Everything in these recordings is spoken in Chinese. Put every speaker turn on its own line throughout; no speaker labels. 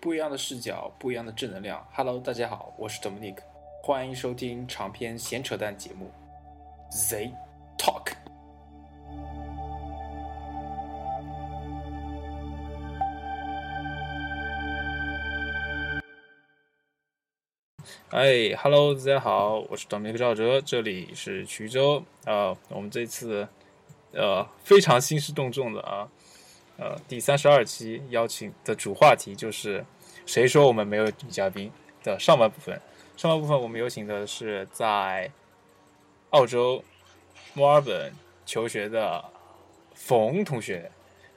不一样的视角，不一样的正能量。Hello，大家好，我是 Dominic，欢迎收听长篇闲扯淡节目《Z Talk》。哎，Hello，大家好，我是 Dominic 赵哲，这里是衢州啊、呃我们这次呃非常兴师动众的啊，呃，第三十二期邀请的主话题就是谁说我们没有女嘉宾的上半部分。上半部分我们有请的是在澳洲墨尔本求学的冯同学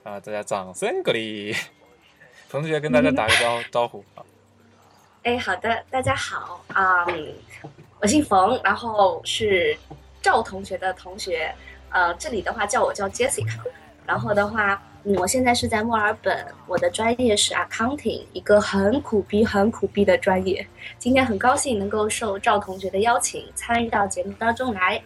啊、大家掌声鼓励。冯同学跟大家打个招招呼啊，
哎，好的，大家好，嗯，我姓冯，然后是赵同学的同学，呃，这里的话叫我叫 Jessica，然后的话，嗯，我现在是在墨尔本，我的专业是 accounting，一个很苦逼、很苦逼的专业。今天很高兴能够受赵同学的邀请，参与到节目当中来。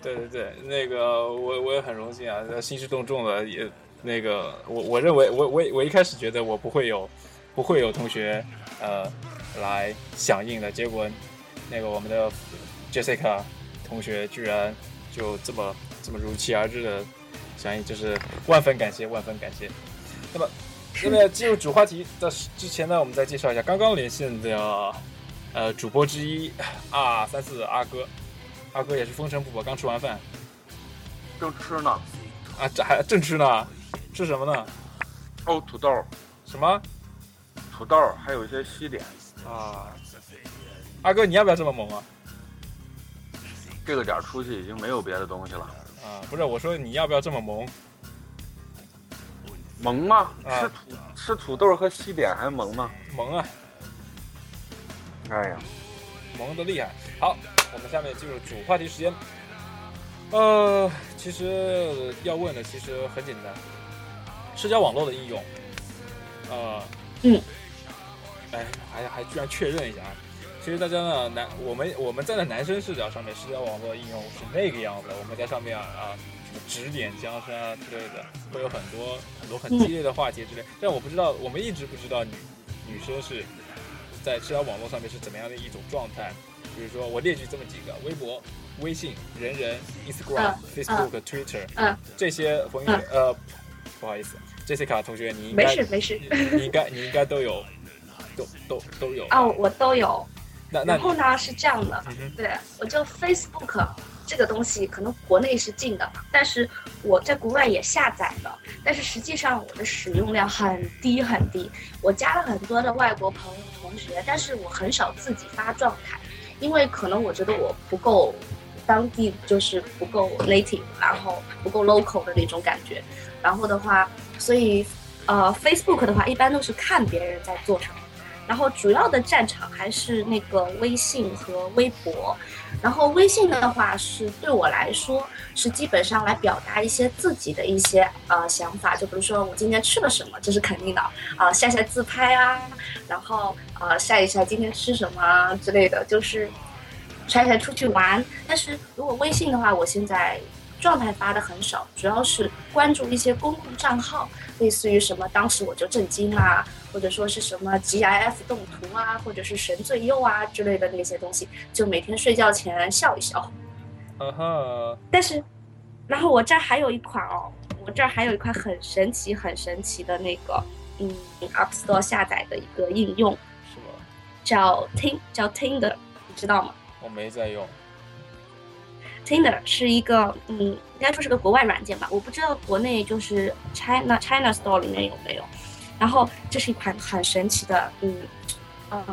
对对对，那个我我也很荣幸啊，兴师动众的也那个我我认为我我我一开始觉得我不会有不会有同学呃来响应的，结果那个我们的 Jessica 同学居然就这么这么如期而至的响应，就是万分感谢万分感谢。那么那么进入主话题的之前呢，我们再介绍一下刚刚连线的呃主播之一啊三四阿哥。二哥也是风尘仆仆，刚吃完饭
正吃呢。
啊，这还正吃呢，吃什么呢？
哦，土豆，
什么
土豆，还有一些西点，
啊？二哥，你要不要这么猛啊？
这个点儿出去已经没有别的东西了。
啊，不是，我说你要不要这么萌？
萌吗？
啊
吃土吃土豆和西点还萌吗？
萌啊，
哎呀，
萌的厉害。好，我们下面进入主话题时间。呃，其实要问的其实很简单，社交网络的应用，呃，
嗯，
哎，还还居然确认一下啊。其实大家呢，男我们我们站在男生视角上面，社交网络应用是那个样子，我们在上面啊啊什么指点江山啊之类的，会有很多很多很激烈的话题之
嗯
类。但我不知道，我们一直不知道女女生是在社交网络上面是怎么样的一种状态。比如说，我列举这么几个：微博、微信、人人、Instagram、Facebook、Twitter，
嗯
这些冯宇、呃，不好意思，Jessica 同学，你应
没
该
事没事，
你应该你应该都有，都都都有
哦，我都有。
那那
然
你
后呢是这样的，
嗯哼
对，我就 Facebook 这个东西可能国内是禁的，但是我在国外也下载了，但是实际上我的使用量很低很低。我加了很多的外国朋友同学，但是我很少自己发状态，因为可能我觉得我不够当地，就是不够 native，然后不够 local 的那种感觉。然后的话，所以呃 Facebook 的话，一般都是看别人在做什么。然后主要的战场还是那个微信和微博，然后微信的话是对我来说是基本上来表达一些自己的一些呃想法，就比如说我今天吃了什么，这是肯定的，啊晒晒自拍啊，然后呃晒一晒今天吃什么啊之类的，就是晒晒出去玩。但是如果微信的话，我现在状态发的很少，主要是关注一些公共账号，类似于什么当时我就震惊啦、或者说是什么 GIF 动图啊，或者是神最右啊之类的那些东西，就每天睡觉前笑一笑。
啊哈，
但是，然后我这儿还有一款哦，我这儿还有一款很神奇、很神奇的那个，嗯，App Store 下载的一个应用，
是吗？
叫 Tin 叫 Tinder，你知道吗
我没在用，
？Tinder 是一个，嗯，应该说是个国外软件吧，我不知道国内就是 China China Store 里面有没有。然后这是一款很神奇的，嗯嗯，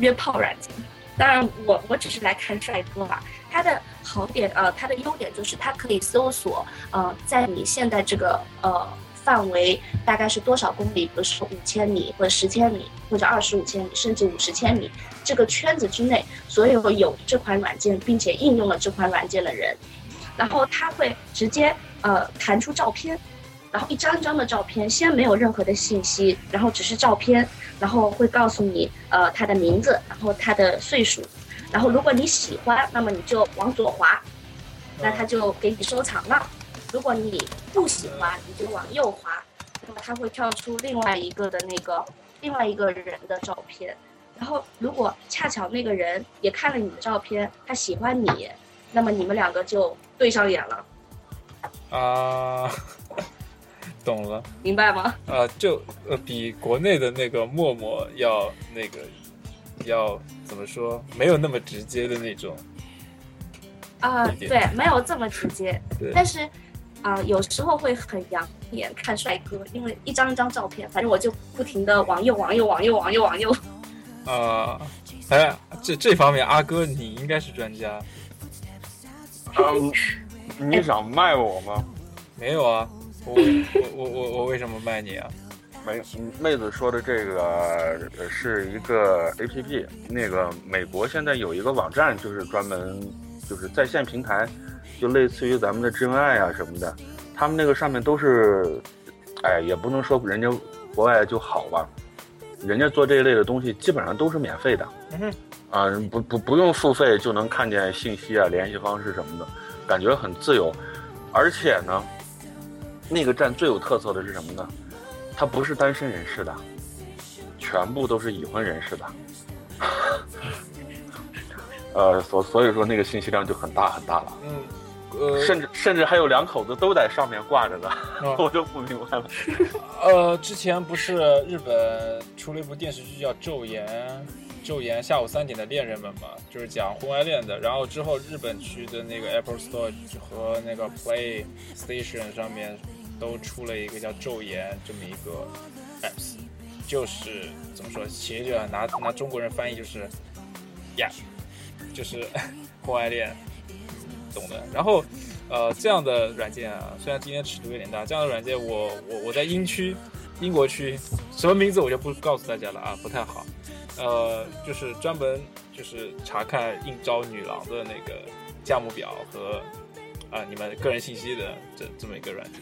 约炮软件。当然我，我只是来看帅哥吧。它的好点，呃，它的优点就是它可以搜索，呃，在你现在这个呃范围大概是多少公里，比如说五千米或者十千米或者二十五千米，甚至五十千米这个圈子之内，所有有这款软件并且应用了这款软件的人，然后它会直接呃弹出照片，然后一张一张的照片，先没有任何的信息，然后只是照片，然后会告诉你呃他的名字，然后他的岁数，然后如果你喜欢，那么你就往左滑，那他就给你收藏了；如果你不喜欢，你就往右滑，那么它会跳出另外一个的那个另外一个人的照片，然后如果恰巧那个人也看了你的照片，他喜欢你，那么你们两个就对上眼了，
啊， 懂了。
明白吗？
啊，就呃比国内的那个陌陌要那个要怎么说，没有那么直接的那种。
啊、
理解
对，没有这么直接
对，
但是啊、有时候会很养眼看帅哥，因为一张一张照片，反正我就不停的往右往右往右往右往右。
啊，哎，这这方面阿哥你应该是专家。
啊，你想卖我吗？
没有啊，我我我我我为什么卖你啊？
没，嗯妹子说的这个呃是一个 A P P，那个美国现在有一个网站，就是专门就是在线平台，就类似于咱们的真爱啊什么的，他们那个上面都是，哎，也不能说人家国外就好吧，人家做这一类的东西基本上都是免费的，
嗯哼
啊、不不不用付费就能看见信息啊、联系方式什么的，感觉很自由，而且呢，那个站最有特色的是什么呢？它不是单身人士的，全部都是已婚人士的。 呃，所所以说那个信息量就很大很大了，
嗯，呃，
甚至甚至还有两口子都在上面挂着呢，
嗯
我就不明白了。
呃，之前不是日本出了一部电视剧叫《昼颜》，《昼颜》下午三点的恋人们嘛，就是讲婚外恋的。然后之后日本区的那个 Apple Store 和那个 Play Station 上面都出了一个叫《昼颜》这么一个 apps，就是怎么说，其实就拿拿中国人翻译就是呀，就是 婚外恋，懂的。然后呃，这样的软件啊，虽然今天尺度有点大，这样的软件我我我在英区，英国区，什么名字我就不告诉大家了啊，不太好。呃，就是专门就是查看应招女郎的那个价目表和啊、你们个人信息的这这么一个软件，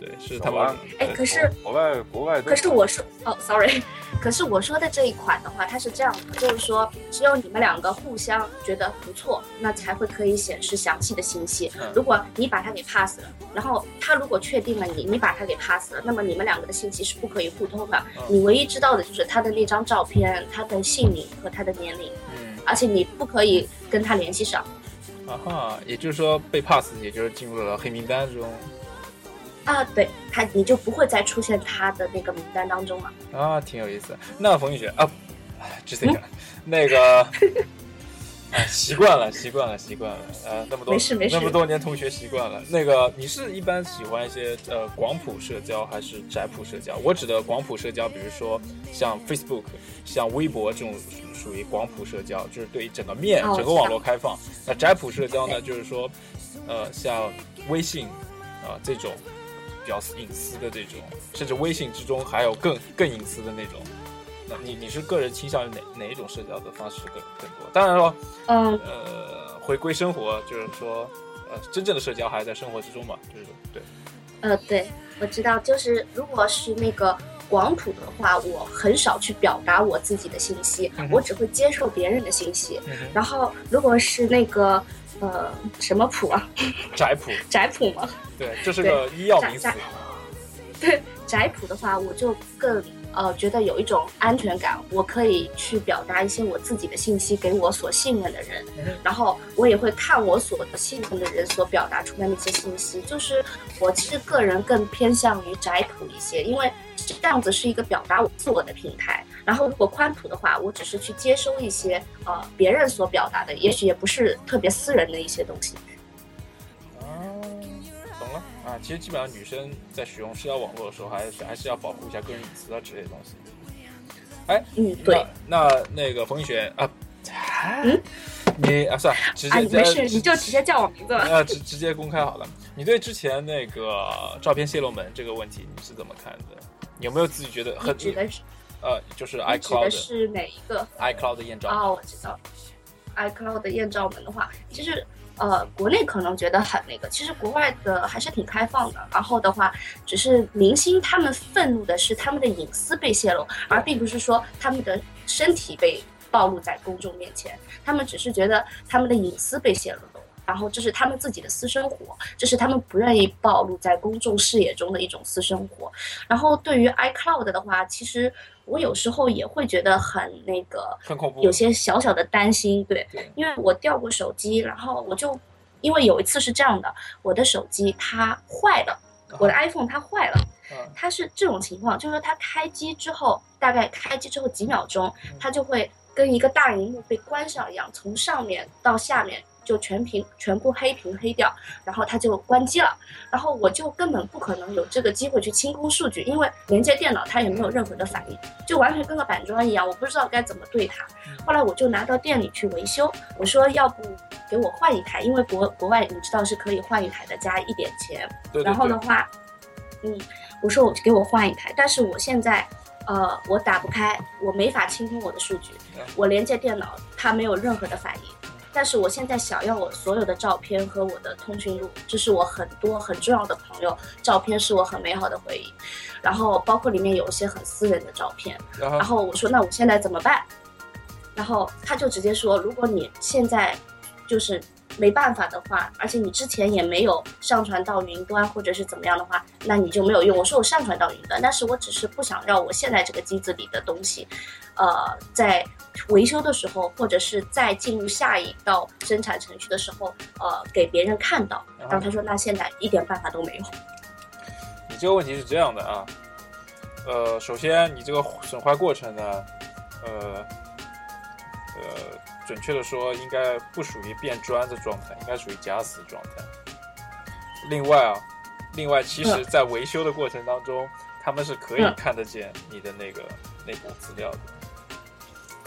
对，是他
好
们
吧
哎，可是
国外国外都
可是我说哦，sorry，可 是我说的这一款的话，它是这样的，就是说只有你们两个互相觉得不错，那才会可以显示详细的信息
嗯。
如果你把它给 pass 了，然后他如果确定了你，你把它给 pass 了，那么你们两个的信息是不可以互通的
嗯。
你唯一知道的就是他的那张照片、他的姓名和他的年龄，
嗯
而且你不可以跟他联系上。
啊哈，也就是说被 pass 也就是进入了黑名单中
啊，对他，你就不会再出现他的那个名单当中了。
啊，挺有意思。那冯雨雪啊，只
嗯
这个那个。哎，习惯了，习惯了，习惯了。呃，那么多
没事没事
那么多年同学习惯了。那个，你是一般喜欢一些呃广谱社交还是窄谱社交？我指的广谱社交，比如说像 Facebook、像微博这种属属于广谱社交，就是对整个面、
哦
整个网络开放。那窄谱社交呢，就是说，呃，像微信啊、这种比较隐私的这种，甚至微信之中还有更更隐私的那种。那你你是个人倾向于哪哪一种社交的方式更更多？当然了，
嗯，
呃，回归生活，就是说，呃，真正的社交还在生活之中嘛，就是对，
呃，对，我知道，就是如果是那个广谱的话，我很少去表达我自己的信息
嗯，哼
我只会接受别人的信息。
嗯
然后，如果是那个呃什么谱啊，
宅谱，
宅谱嘛，
对，这是个医药名词
宅，对，宅谱的话，我就更呃觉得有一种安全感，我可以去表达一些我自己的信息给我所信任的人
嗯，
然后我也会看我所信任的人所表达出来的一些信息。就是我其实个人更偏向于宅谱一些，因为这样子是一个表达我自我的平台。然后如果宽谱的话，我只是去接收一些呃别人所表达的，也许也不是特别私人的一些东西。
啊懂了啊，其实基本上女生在使用社交网络的时候，还是还是要保护一下个人隐私啊之类的东西。哎
嗯，对。
那那那个冯雨雪啊，
嗯
你啊，算了，直接
哎，没事，
呃
你就直接叫我名字吧。
呃，直直接公开好了。你对之前那个照片泄露门这个问题你是怎么看的？有没有自己觉得
你
很
指的是
呃，就是
你指的
iCloud
是哪一个？
iCloud 的验证？啊
哦，我知道，iCloud 的艳照门的话，其实呃，国内可能觉得很那个，其实国外的还是挺开放的。然后的话，只是明星他们愤怒的是他们的隐私被泄露，而并不是说他们的身体被暴露在公众面前，他们只是觉得他们的隐私被泄露了。然后这是他们自己的私生活，这是他们不愿意暴露在公众视野中的一种私生活。然后对于 iCloud 的话，其实我有时候也会觉得很那个，
很恐怖
有些小小的担心，对
对，
因为我掉过手机，然后我就因为有一次是这样的，我的手机它坏了，我的 iPhone 它坏了。
嗯
它是这种情况，就是说它开机之后，大概开机之后几秒钟，它就会跟一个大荧幕被关上一样，从上面到下面就全屏全部黑屏黑掉，然后它就关机了。然后我就根本不可能有这个机会去清空数据，因为连接电脑它也没有任何的反应，就完全跟个板砖一样，我不知道该怎么对它。后来我就拿到店里去维修，我说要不给我换一台，因为国国外你知道是可以换一台的，加一点钱。
对对
然后
对
的话，嗯，我说我给我换一台，但是我现在，呃，我打不开，我没法清空我的数据
嗯，
我连接电脑它没有任何的反应。但是我现在想要我所有的照片和我的通讯录，这是我很多很重要的朋友照片，是我很美好的回忆，然后包括里面有一些很私人的照片。
然
然
后
后我说那我现在怎么办？然后他就直接说，如果你现在就是没办法的话，而且你之前也没有上传到云端或者是怎么样的话，那你就没有用。我说我上传到云端，但是我只是不想让我现在这个机子里的东西，呃，在维修的时候，或者是在进入下一道生产程序的时候，呃，给别人看到。然后他说，那现在一点办法都没有。
你这个问题是这样的啊，呃，首先你这个损坏过程呢，呃，呃，准确的说，应该不属于变砖的状态，应该属于假死状态。另外啊，另外，其实，
嗯
在维修的过程当中，他们是可以
嗯
看得见你的那个内部资料的。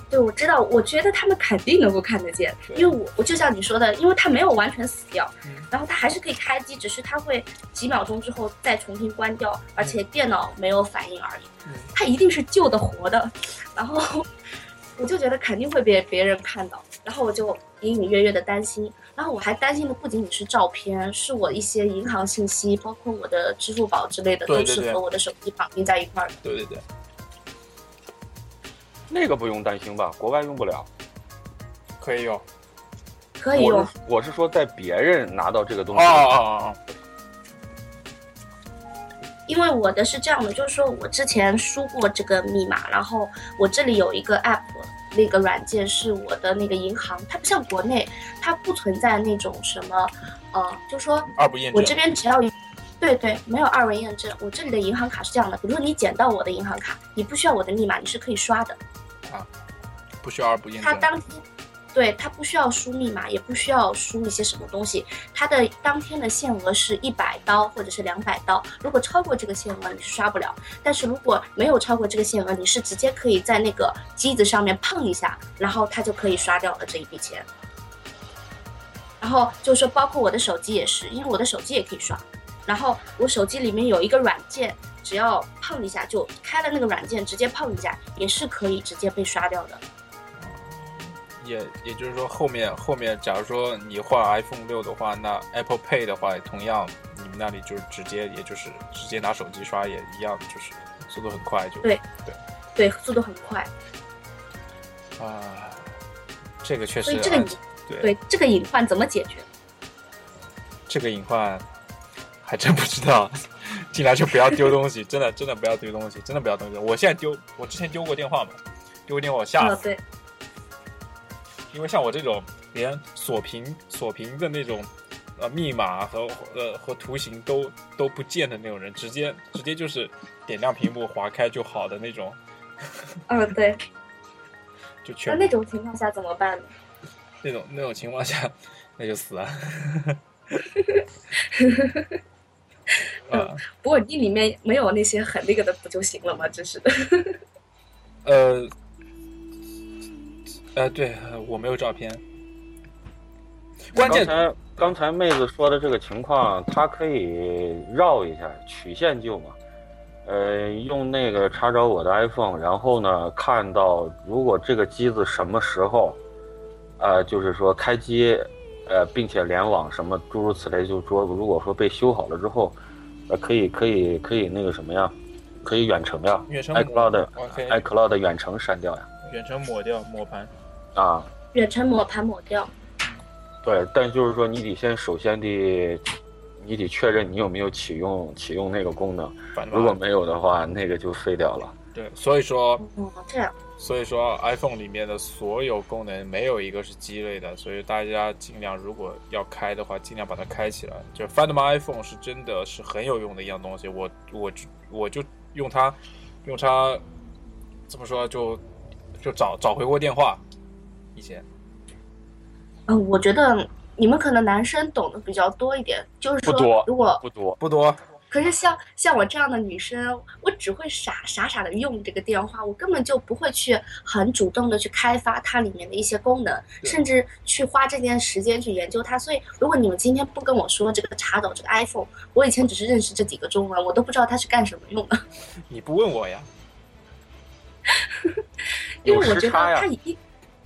对，我知道，我觉得他们肯定能够看得见，
对
因为我我就像你说的，因为它没有完全死掉，
嗯
然后它还是可以开机，只是它会几秒钟之后再重新关掉，而且电脑没有反应而已，
嗯
它一定是旧的活的，然后我就觉得肯定会被别人看到，然后我就隐隐约约的担心，然后我还担心的不仅仅是照片，是我一些银行信息，包括我的支付宝之类的，
对
都
对
是
对
和我的手机绑定在一块儿的。
对对对，
那个不用担心吧，国外用不了。
可以用。
可以
我
用
是，我是说，在别人拿到这个东
哦
西，
哦哦哦，
因为我的是这样的，就是说我之前输过这个密码，然后我这里有一个 app，那个软件是我的那个银行，它不像国内，它不存在那种什么，呃，就说
二不验
我这
证。
边只要，对对，没有二维验证，我这里的银行卡是这样的，比如说你捡到我的银行卡，你不需要我的密码，你是可以刷的，
不需要二不验
它
证。
当天。对它不需要输密码，也不需要输一些什么东西，它的当天的限额是一百刀或者是两百刀，如果超过这个限额你是刷不了，但是如果没有超过这个限额，你是直接可以在那个机子上面碰一下，然后它就可以刷掉了这一笔钱。然后就是说，包括我的手机也是，因为我的手机也可以刷，然后我手机里面有一个软件，只要碰一下就开了那个软件，直接碰一下也是可以直接被刷掉的。
也也就是说，后面后面，假如说你换 iPhone 六的话，那 Apple Pay 的话，同样你们那里就是直接，也就是直接拿手机刷也一样，就是速度很快就。
对对，速度很快，
啊，这个确实啊，
所以这个隐
对
对这个隐患怎么解决？
这个隐患还真不知道。 进来就不要丢东西，真的真的不要丢东西，真的不要丢东西。我现在丢，我之前丢过电话嘛，丢过电话我吓
啊、
死了。
对，
因为像我这种连锁屏锁屏的那种呃密码和呃和图形都都不见的那种人，直接直接就是点亮屏幕划开就好的那种，
嗯对，
就
那
全
那种情况下怎么办呢？
那种那种情况下，那就死了。啊
不过你里面没有那些很那个的不就行了吗？真是的。
呃呃，对呃我没有照片，关
刚
键
才刚才妹子说的这个情况，它可以绕一下曲线救嘛。呃，用那个查找我的 iPhone，然后呢，看到如果这个机子什么时候，呃，就是说开机，呃，并且联网什么诸如此类，就是说如果说被修好了之后，呃，可以可以可以那个什么呀，可以远程呀
远程模
，iCloud
OK
iCloud 远程删掉呀，
远程抹掉抹盘，
啊，
远程抹盘抹掉，
对，但就是说你得先首先得，你得确认你有没有启用启用那个功能，
反正吧
如果没有的话，那个就废掉了。
对，所以说
哦，这样，
所以说 iPhone 里面的所有功能没有一个是鸡肋的，所以大家尽量如果要开的话，尽量把它开起来。就 Find My iPhone 是真的是很有用的一样东西，我我就我就用它，用它怎么说就就找找回过电话，以前
嗯，我觉得你们可能男生懂得比较多一点，就是
不多
说，如果
不多，
不多，
可是像像我这样的女生，我只会傻傻傻的用这个电话，我根本就不会去很主动的去开发它里面的一些功能，
对
甚至去花这件时间去研究它。所以，如果你们今天不跟我说这个查找这个 iPhone，我以前只是认识这几个中文，我都不知道它是干什么用的，
你不问我呀？
因为
有
我
时
觉得
差呀
它已经。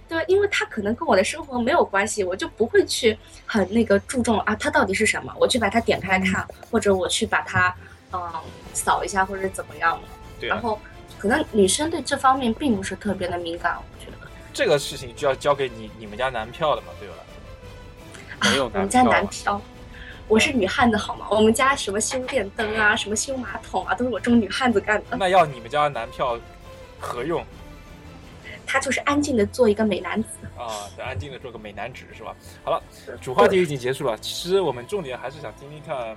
对，因为它可能跟我的生活没有关系，我就不会去很那个注重啊，它到底是什么，我去把它点开看，
嗯
或者我去把它嗯、扫一下，或者怎么样的。
对
然
啊，
后可能女生对这方面并不是特别的敏感，我觉得。
这个事情就要交给你你们家男票了嘛，对吧？
没有
我
男
们家
票
男
啊，
漂，我是女汉子好吗？我们家什么修电灯啊，什么修马桶啊，都是我这种女汉子干的。
那要你们家男票何用
她就是安静的做一个美男子。
啊？得安静的做个美男子是吧？好了，主话题已经结束了。其实我们重点还是想听听看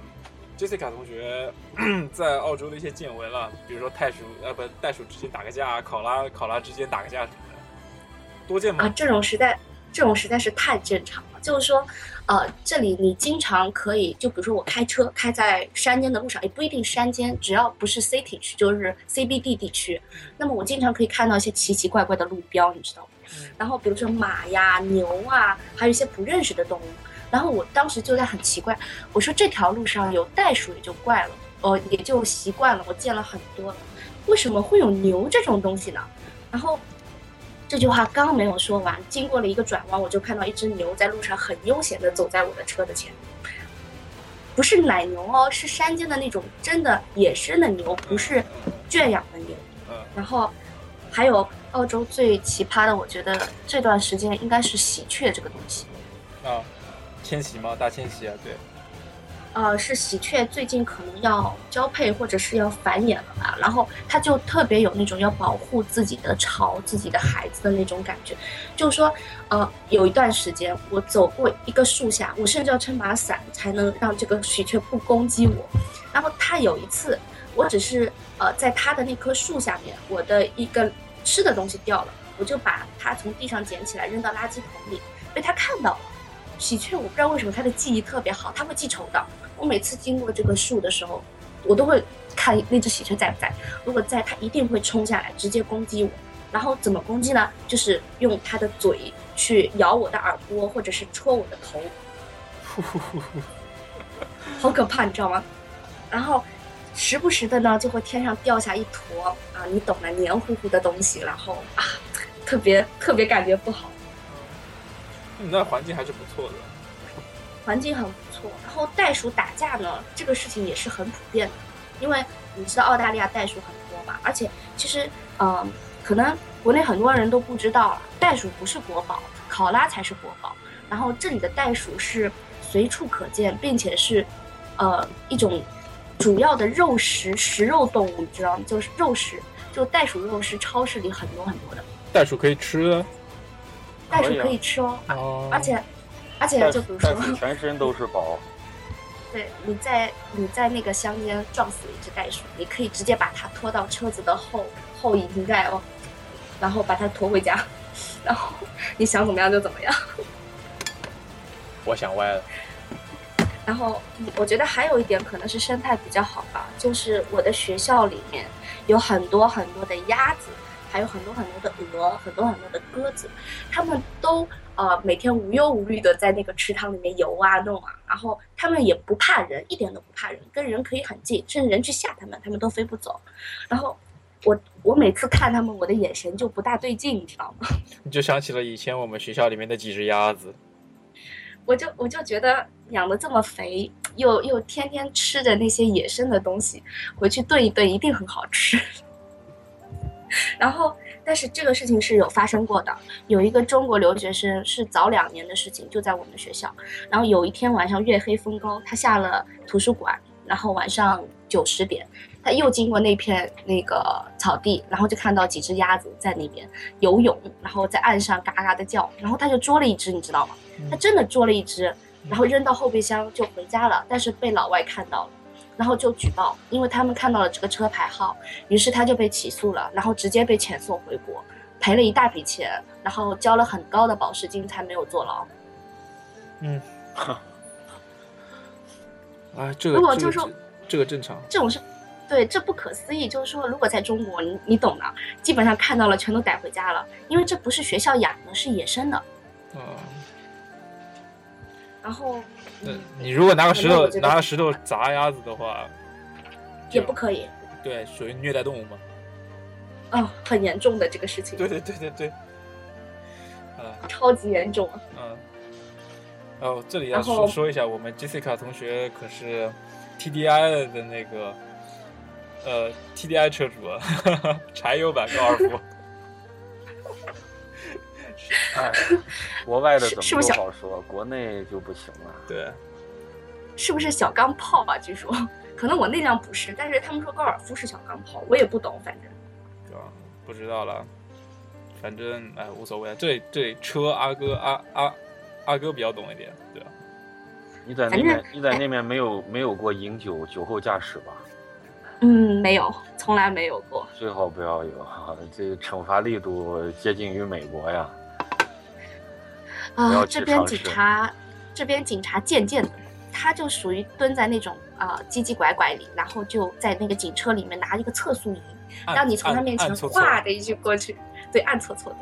Jessica 同学 在澳洲的一些见闻了，比如说袋鼠呃不袋鼠之间打个架，考拉考拉之间打个架什么的，多见
啊
吗？，
这种实在，这种实在是太正常了。就是说，呃，这里你经常可以，就比如说我开车开在山间的路上，也不一定山间，只要不是 city 区，就是 CBD 地区，那么我经常可以看到一些奇奇怪怪的路标，你知道吗
嗯？
然后比如说马呀、牛啊，还有一些不认识的动物。然后我当时就在很奇怪，我说这条路上有袋鼠也就怪了，呃，也就习惯了，我见了很多了，为什么会有牛这种东西呢？然后这句话刚没有说完，经过了一个转弯，我就看到一只牛在路上很悠闲地走在我的车的前面。不是奶牛哦，是山间的那种真的野生的牛，不是圈养的牛。
嗯
然后还有澳洲最奇葩的，我觉得这段时间应该是喜鹊这个东西。
嗯啊，迁徙吗？大迁徙啊， 对，
呃，是喜鹊最近可能要交配或者是要繁衍了吧，然后它就特别有那种要保护自己的巢、自己的孩子的那种感觉。就是说，呃，有一段时间我走过一个树下，我甚至要撑把伞才能让这个喜鹊不攻击我。然后它有一次，我只是呃在它的那棵树下面，我的一个吃的东西掉了，我就把它从地上捡起来扔到垃圾桶里，被它看到了。喜鹊我不知道为什么它的记忆特别好，它会记仇的。我每次经过这个树的时候，我都会看那只喜鹊在不在。如果在，它一定会冲下来直接攻击我。然后怎么攻击呢？就是用它的嘴去咬我的耳朵，或者是戳我的头，好可怕，你知道吗？然后时不时的呢，就会天上掉下一坨啊，你懂的，黏糊糊的东西，然后啊，特别特别感觉不好。
你们那环境还是不错的。
环境很不错。然后袋鼠打架呢，这个事情也是很普遍的，因为你知道澳大利亚袋鼠很多嘛，而且其实呃，可能国内很多人都不知道了，袋鼠不是国宝，考拉才是国宝。然后这里的袋鼠是随处可见，并且是呃一种主要的肉食食肉动物，你知道吗？就是肉食，就袋鼠肉是超市里很多很多的，
袋鼠可以吃啊的
袋鼠
可以啊
可以吃哦，
哦
而且而且
但
就比如说。
但 是全身都是宝，
对，你在你在那个乡间撞死一只袋鼠，你可以直接把它拖到车子的后后引擎盖哦，然后把它拖回家， 然后你想怎么样就怎么样。
我想歪了。
然后嗯我觉得还有一点可能是生态比较好吧，就是我的学校里面有很多很多的鸭子，还有很多很多的鹅，很多很多的鸽子，它们都呃每天无忧无虑的在那个池塘里面游啊弄啊，然后它们也不怕人，一点都不怕人，跟人可以很近，甚至人去吓它们，它们都飞不走。然后我我每次看它们，我的眼神就不大对劲，你知道吗？
你就想起了以前我们学校里面的几只鸭子，
我就我就觉得养的这么肥，又又天天吃着那些野 生的东西，回去炖一炖一定很好吃。然后但是这个事情是有发生过的，有一个中国留学生是早两年的事情，就在我们学校。然后有一天晚上月黑风高，他下了图书馆，然后晚上九十点，他又经过那片那个草地，然后就看到几只鸭子在那边游泳，然后在岸上嘎嘎的叫，然后他就捉了一只，你知道吗？他真的捉了一只，然后扔到后备箱就回家了，但是被老外看到了。然后就举报，因为他们看到了这个车牌号，于是他就被起诉了，然后直接被遣送回国，赔了一大笔钱，然后交了很高的保释金才没有坐牢。
嗯，啊，这个
如果
这
就
个
是
这这个正常，
这种是，对，这不可思议。就是说，如果在中国，你你懂的，基本上看到了全都逮回家了，因为这不是学校养的，是野生的。
嗯、
然后，
那
嗯，
呃你如果拿个石
那
头
我觉得
拿个石头砸鸭子的话，
也不可以，
对，属于虐待动物嘛。
嗯、很严重的这个事情，
对对对对对，啊、
超级严重啊。
嗯，哦，这里要
然后
说说一下，我们 Jessica 同学可是 TDI 的那个呃 TDI 车主啊， 柴油版高尔夫。
哎，国外的
是
怎
是
么
不是
都
想
好说，国内就不行了。
对，
是不是小钢炮吧？据说，可能我那辆不是，但是他们说高尔夫是小钢炮，我也不懂，反正。
啊，不知道了，反正哎无所谓，这这车阿哥阿阿阿哥比较懂一点，对吧？
你在那
反哎
边，你在那边没有没有过饮酒酒后驾驶吧？
嗯，没有，从来没有过。
最好不要有，啊这惩罚力度接近于美国呀。不
啊、
要去
这边
尝
警
试
察，这边警察贱贱的，他就属于蹲在那种啊、呃唧唧拐拐里，然后就在那个警车里面拿一个测速仪，让你从他面前哗
挂
的一句过去，对，暗搓搓的。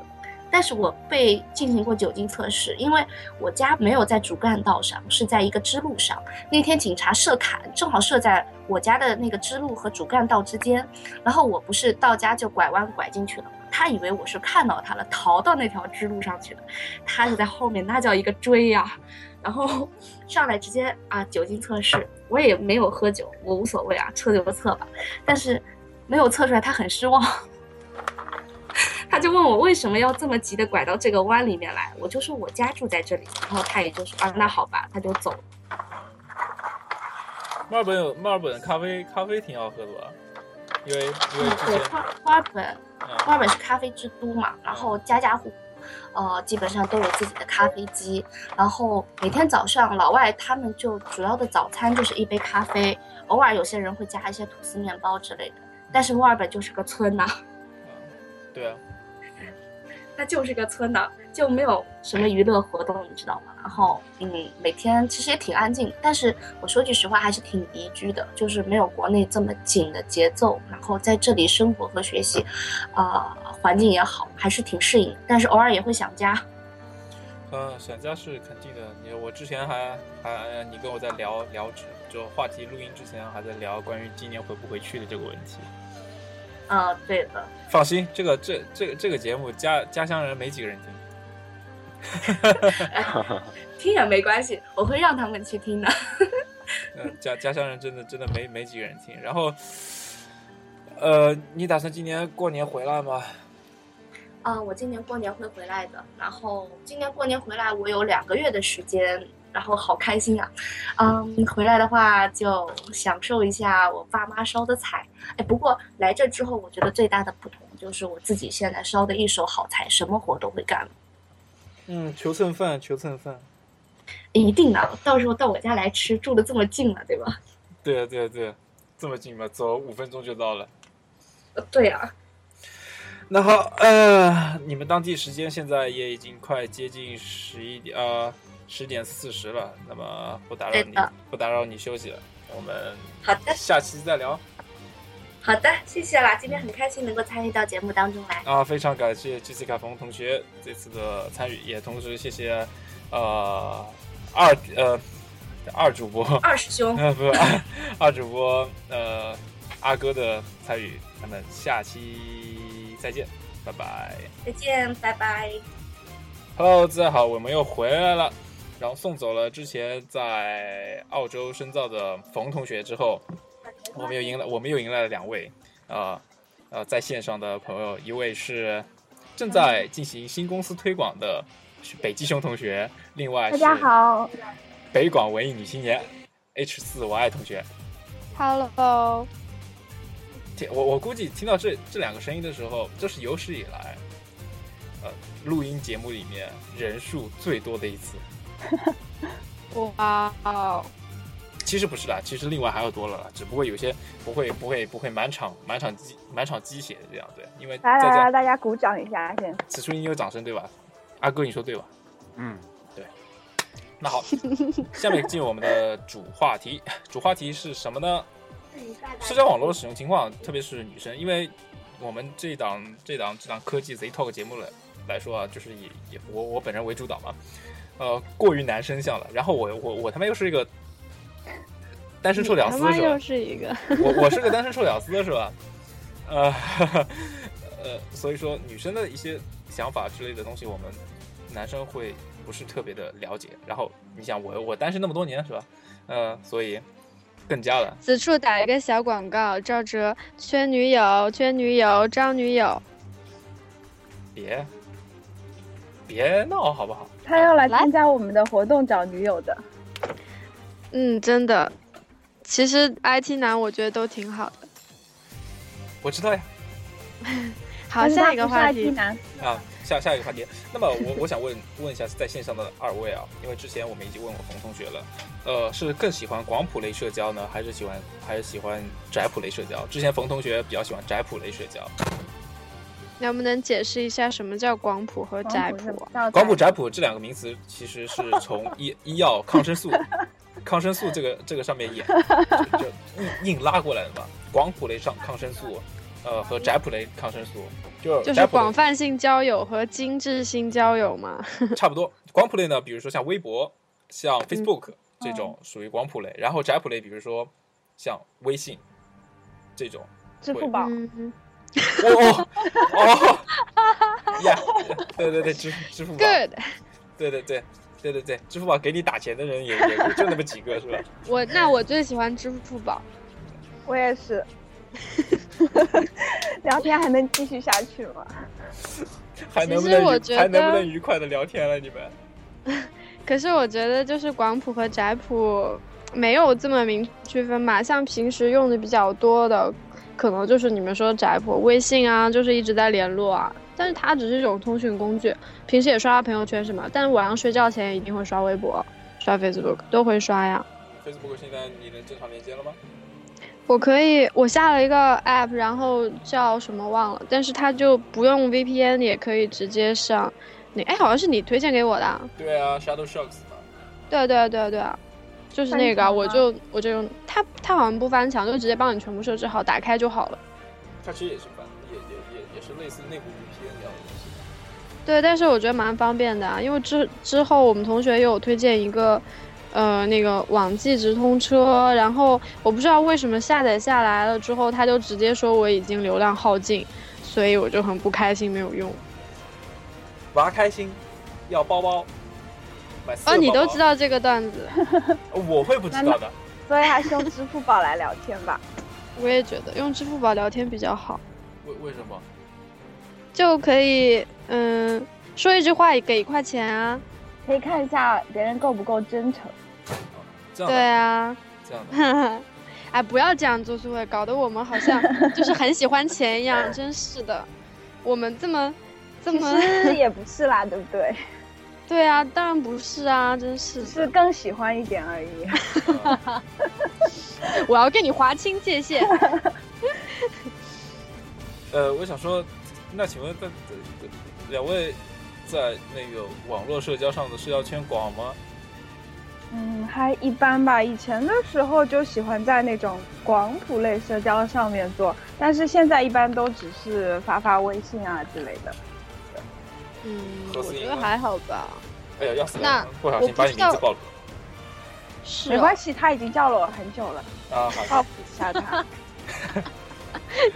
但是我被进行过酒精测试，因为我家没有在主干道上，是在一个支路上。那天警察设卡，正好设在我家的那个支路和主干道之间。然后我不是到家就拐弯拐进去了吗，他以为我是看到他了，逃到那条支路上去了，他就在后面那叫一个追呀、然后上来直接啊酒精测试，我也没有喝酒，我无所谓啊，测就测吧。但是没有测出来，他很失望。 他就问我为什么要这么急的拐到这个弯里面来，我就说我家住在这里，然后他也就说啊那好吧，他就走了。
墨尔本有墨尔本咖啡，咖啡挺好喝的吧？因为因为之
对，
前，
墨墨尔本墨
嗯，
尔本是咖啡之都嘛，然后家家户户，呃，基本上都有自己的咖啡机，然后每天早上老外他们就主要的早餐就是一杯咖啡，偶尔有些人会加一些吐司面包之类的，但是墨尔本就是个村呐、
对啊，
它就是个村呐、就没有什么娱乐活动，你知道吗？然后，嗯，每天其实也挺安静，但是我说句实话，还是挺宜居的，就是没有国内这么紧的节奏。然后在这里生活和学习，啊、环境也好，还是挺适应。但是偶尔也会想家。
嗯，想家是肯定的。你我之前还还呃你跟我在聊聊之就话题录音之前还在聊关于今年回不回去的这个问题。
嗯、对的，
放心，这个这这个这个节目家家乡人没几个人听。
听也没关系，我会让他们去听的。
呃，家家乡人真的真的没没几个人听。然后，呃，你打算今年过年回来吗？
啊，我今年过年会回来的。然后今年过年回来，我有两个月的时间，然后好开心啊！嗯，回来的话就享受一下我爸妈烧的菜。哎，不过来这之后，我觉得最大的不同就是我自己现在烧的一手好菜，什么活都会干。
嗯，求蹭饭，求蹭饭。
一定的，到时候到我家来吃，住的这么近了，对吧？
对啊对啊对啊，这么近吗？走五分钟就到了。
呃 对啊，
那好，呃，你们当地时间现在也已经快接近十一点，呃，十点四十了。那么不打扰
对
你
的，
不打扰你休息了。我们
好的，
下期再聊
好的，谢谢啦，今天很开心能够参与到节目当中来。
啊！非常感谢 Jessica 冯同学这次的参与，也同时谢谢呃二呃二主播，
二师兄，
呃不二二主播呃阿哥的参与。那么下期再见，拜拜。
再见，拜拜。
Hello，大家好，我们又回来了。然后送走了之前在澳洲深造的冯同学之后，我们又迎来，我们又迎来了两位，啊、呃，呃在线上的朋友，一位是正在进行新公司推广的北极熊同学，另外
大
是
家好
北广文艺女青年 H 四我爱同学。
，Hello，
听我我估计听到这这两个声音的时候，这是有史以来，呃，录音节目里面人数最多的一次。
哇哦，
其实不是啦，其实另外还有多了啦，只不过有些不会不会不会满场满场鸡满场鸡血的这样对，因为
来
在
来来，
家
大家鼓掌一下先。
此处应有掌声对吧？阿哥你说对吧？
嗯，
那好，下面进入我们的主话题，主话题是什么呢？
嗯
社交网络的使用情况，特别是女生，因为我们这档这档这档科技贼 talk 节目来来说啊，就是以以我我本人为主导嘛，呃，过于男生向了。然后我我我他妈又是一个单身臭屌丝
你他妈
是吧？
又是一个，
我我是个单身臭屌丝是吧？呃，呃，所以说女生的一些想法之类的东西，我们男生会不是特别的了解。然后你想我我单身那么多年是吧？呃，所以更加的
此处打一个小广告，赵哲圈女友，圈女友，招女友，
别别闹好不好？
他要来参加我们的活动找女友的，
嗯，真的，其实 IT 男我觉得都挺好的。
我知道呀。
好，下一个话
但是他不是 IT
题，
男，
啊，下下一个话题。那么我我想问问一下，在线上的二位啊，因为之前我们已经问过冯同学了，呃，是更喜欢广谱类社交呢，还是喜欢还是喜欢宅谱类社交？之前冯同学比较喜欢宅谱类社交，
能不能解释一下什么叫广谱和宅
广
谱
谱
啊？
是
广谱宅谱这两个名词其实是从医医药抗生素、抗生素这个这个上面演就就硬硬拉过来的嘛。广谱类上抗生素，呃，和宅谱类抗生素，就是
就是
宅谱类
广泛性交友和精致性交友嘛。
差不多。广谱类呢，比如说像微博、像
嗯
Facebook 这种属于广谱类，然后宅谱类，比如说像微信这种。
支付宝，
嗯，
哦哦哦，呀，对对对，支付支付宝，
good，
对对对对对对，支付宝给你打钱的人也也就那么几个是吧？
我那我最喜欢支付宝。
我 也是。聊天还能继续下去吗？
还能不
其实我
能愉
觉
还能不
得
能愉快的聊天了？你们
可是我觉得就是广谱和宅谱没有这么明区分吧，像平时用的比较多的，可能就是你们说宅谱，微信啊，就是一直在联络啊。但是它只是一种通讯工具，平时也刷刷朋友圈什么，但晚上睡觉前一定会刷微博、刷 Facebook，都会刷呀。
Facebook 现在你能正常连接了吗？
我可以，我下了一个 app，然后叫什么忘了，但是它就不用 VPN 也可以直接上。你哎，好像是你推荐给我的啊。
对啊，Shadow Shocks 嘛。
对啊对啊对啊对啊，就是那个啊，
翻墙吗
我就我就用它，它好像不翻墙，就直接帮你全部设置好，打开就好了。
它其实也是反，也也也也是类似内部 VPN 这样的东西。
对，但是我觉得蛮方便的啊，因为之之后我们同学也有推荐一个，呃，那个网际直通车，然后我不知道为什么下载下来了之后，他就直接说我已经流量耗尽，所以我就很不开心，没有用。
玩开心，要包包，买四个
哦，你
包包
都知，道这个段子，
我会不知道的。
所以还是用支付宝来聊天 吧。
我也觉得用支付宝聊天比较好，
为为什么？
就可以嗯说一句话给一块钱啊，
可以看一下别人够不够真诚。
哦这样
对
的，
啊。
这样的。
哎，不要这样做苏慧，搞得我们好 像就是很喜欢钱一样，真是的。我们这么这
其
么，
实也不是啦，对不 对？
对啊，当然不是啊，真是
只
的。
是更喜欢一点而已。
我要跟你划清界 限。
呃，我想说，那请问在在两位在那个网络社交上的社交圈广吗？
嗯，还一般吧。以前的时候就喜欢在那种广谱类社交上面做，但是现在一般都只是发发微信啊之类的。
嗯，
合
我
适
觉
应
得
吗
还好吧。
哎呀，要死
那
了！不小
我
心
不
把你
知
名字
道
暴露
是
没
哦
关系，他已经叫了我很久了，
了啊！好的，
报复一下他。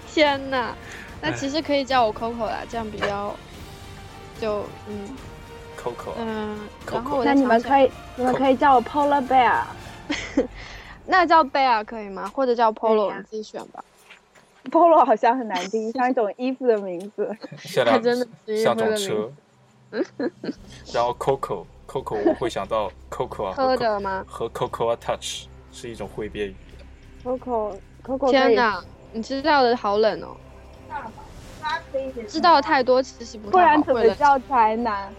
天呐，那
哎
其实可以叫我 Coco 啦，这样比较就嗯
，Coco，
嗯、
Coco
然后我再
那你们
想想
可以，你们可以叫我 Polar Bear。啊
那叫贝尔可以吗？或者叫 Polo，
呀
你自己选吧。
polo 好像很难定义，像一种衣服的名字。
像
它
辆
真的是一
像
会
种
的名
车，然后 Coco Coco 我会想到 Coco 啊和
喝
Co-
的吗？
和 Coco touch 是一种汇编语。
Coco Coco
天
哪，
哪，你知道的好冷哦，
它可以
知道太多其实不
不
太
然
好
怎
会
么
冷。
叫宅男？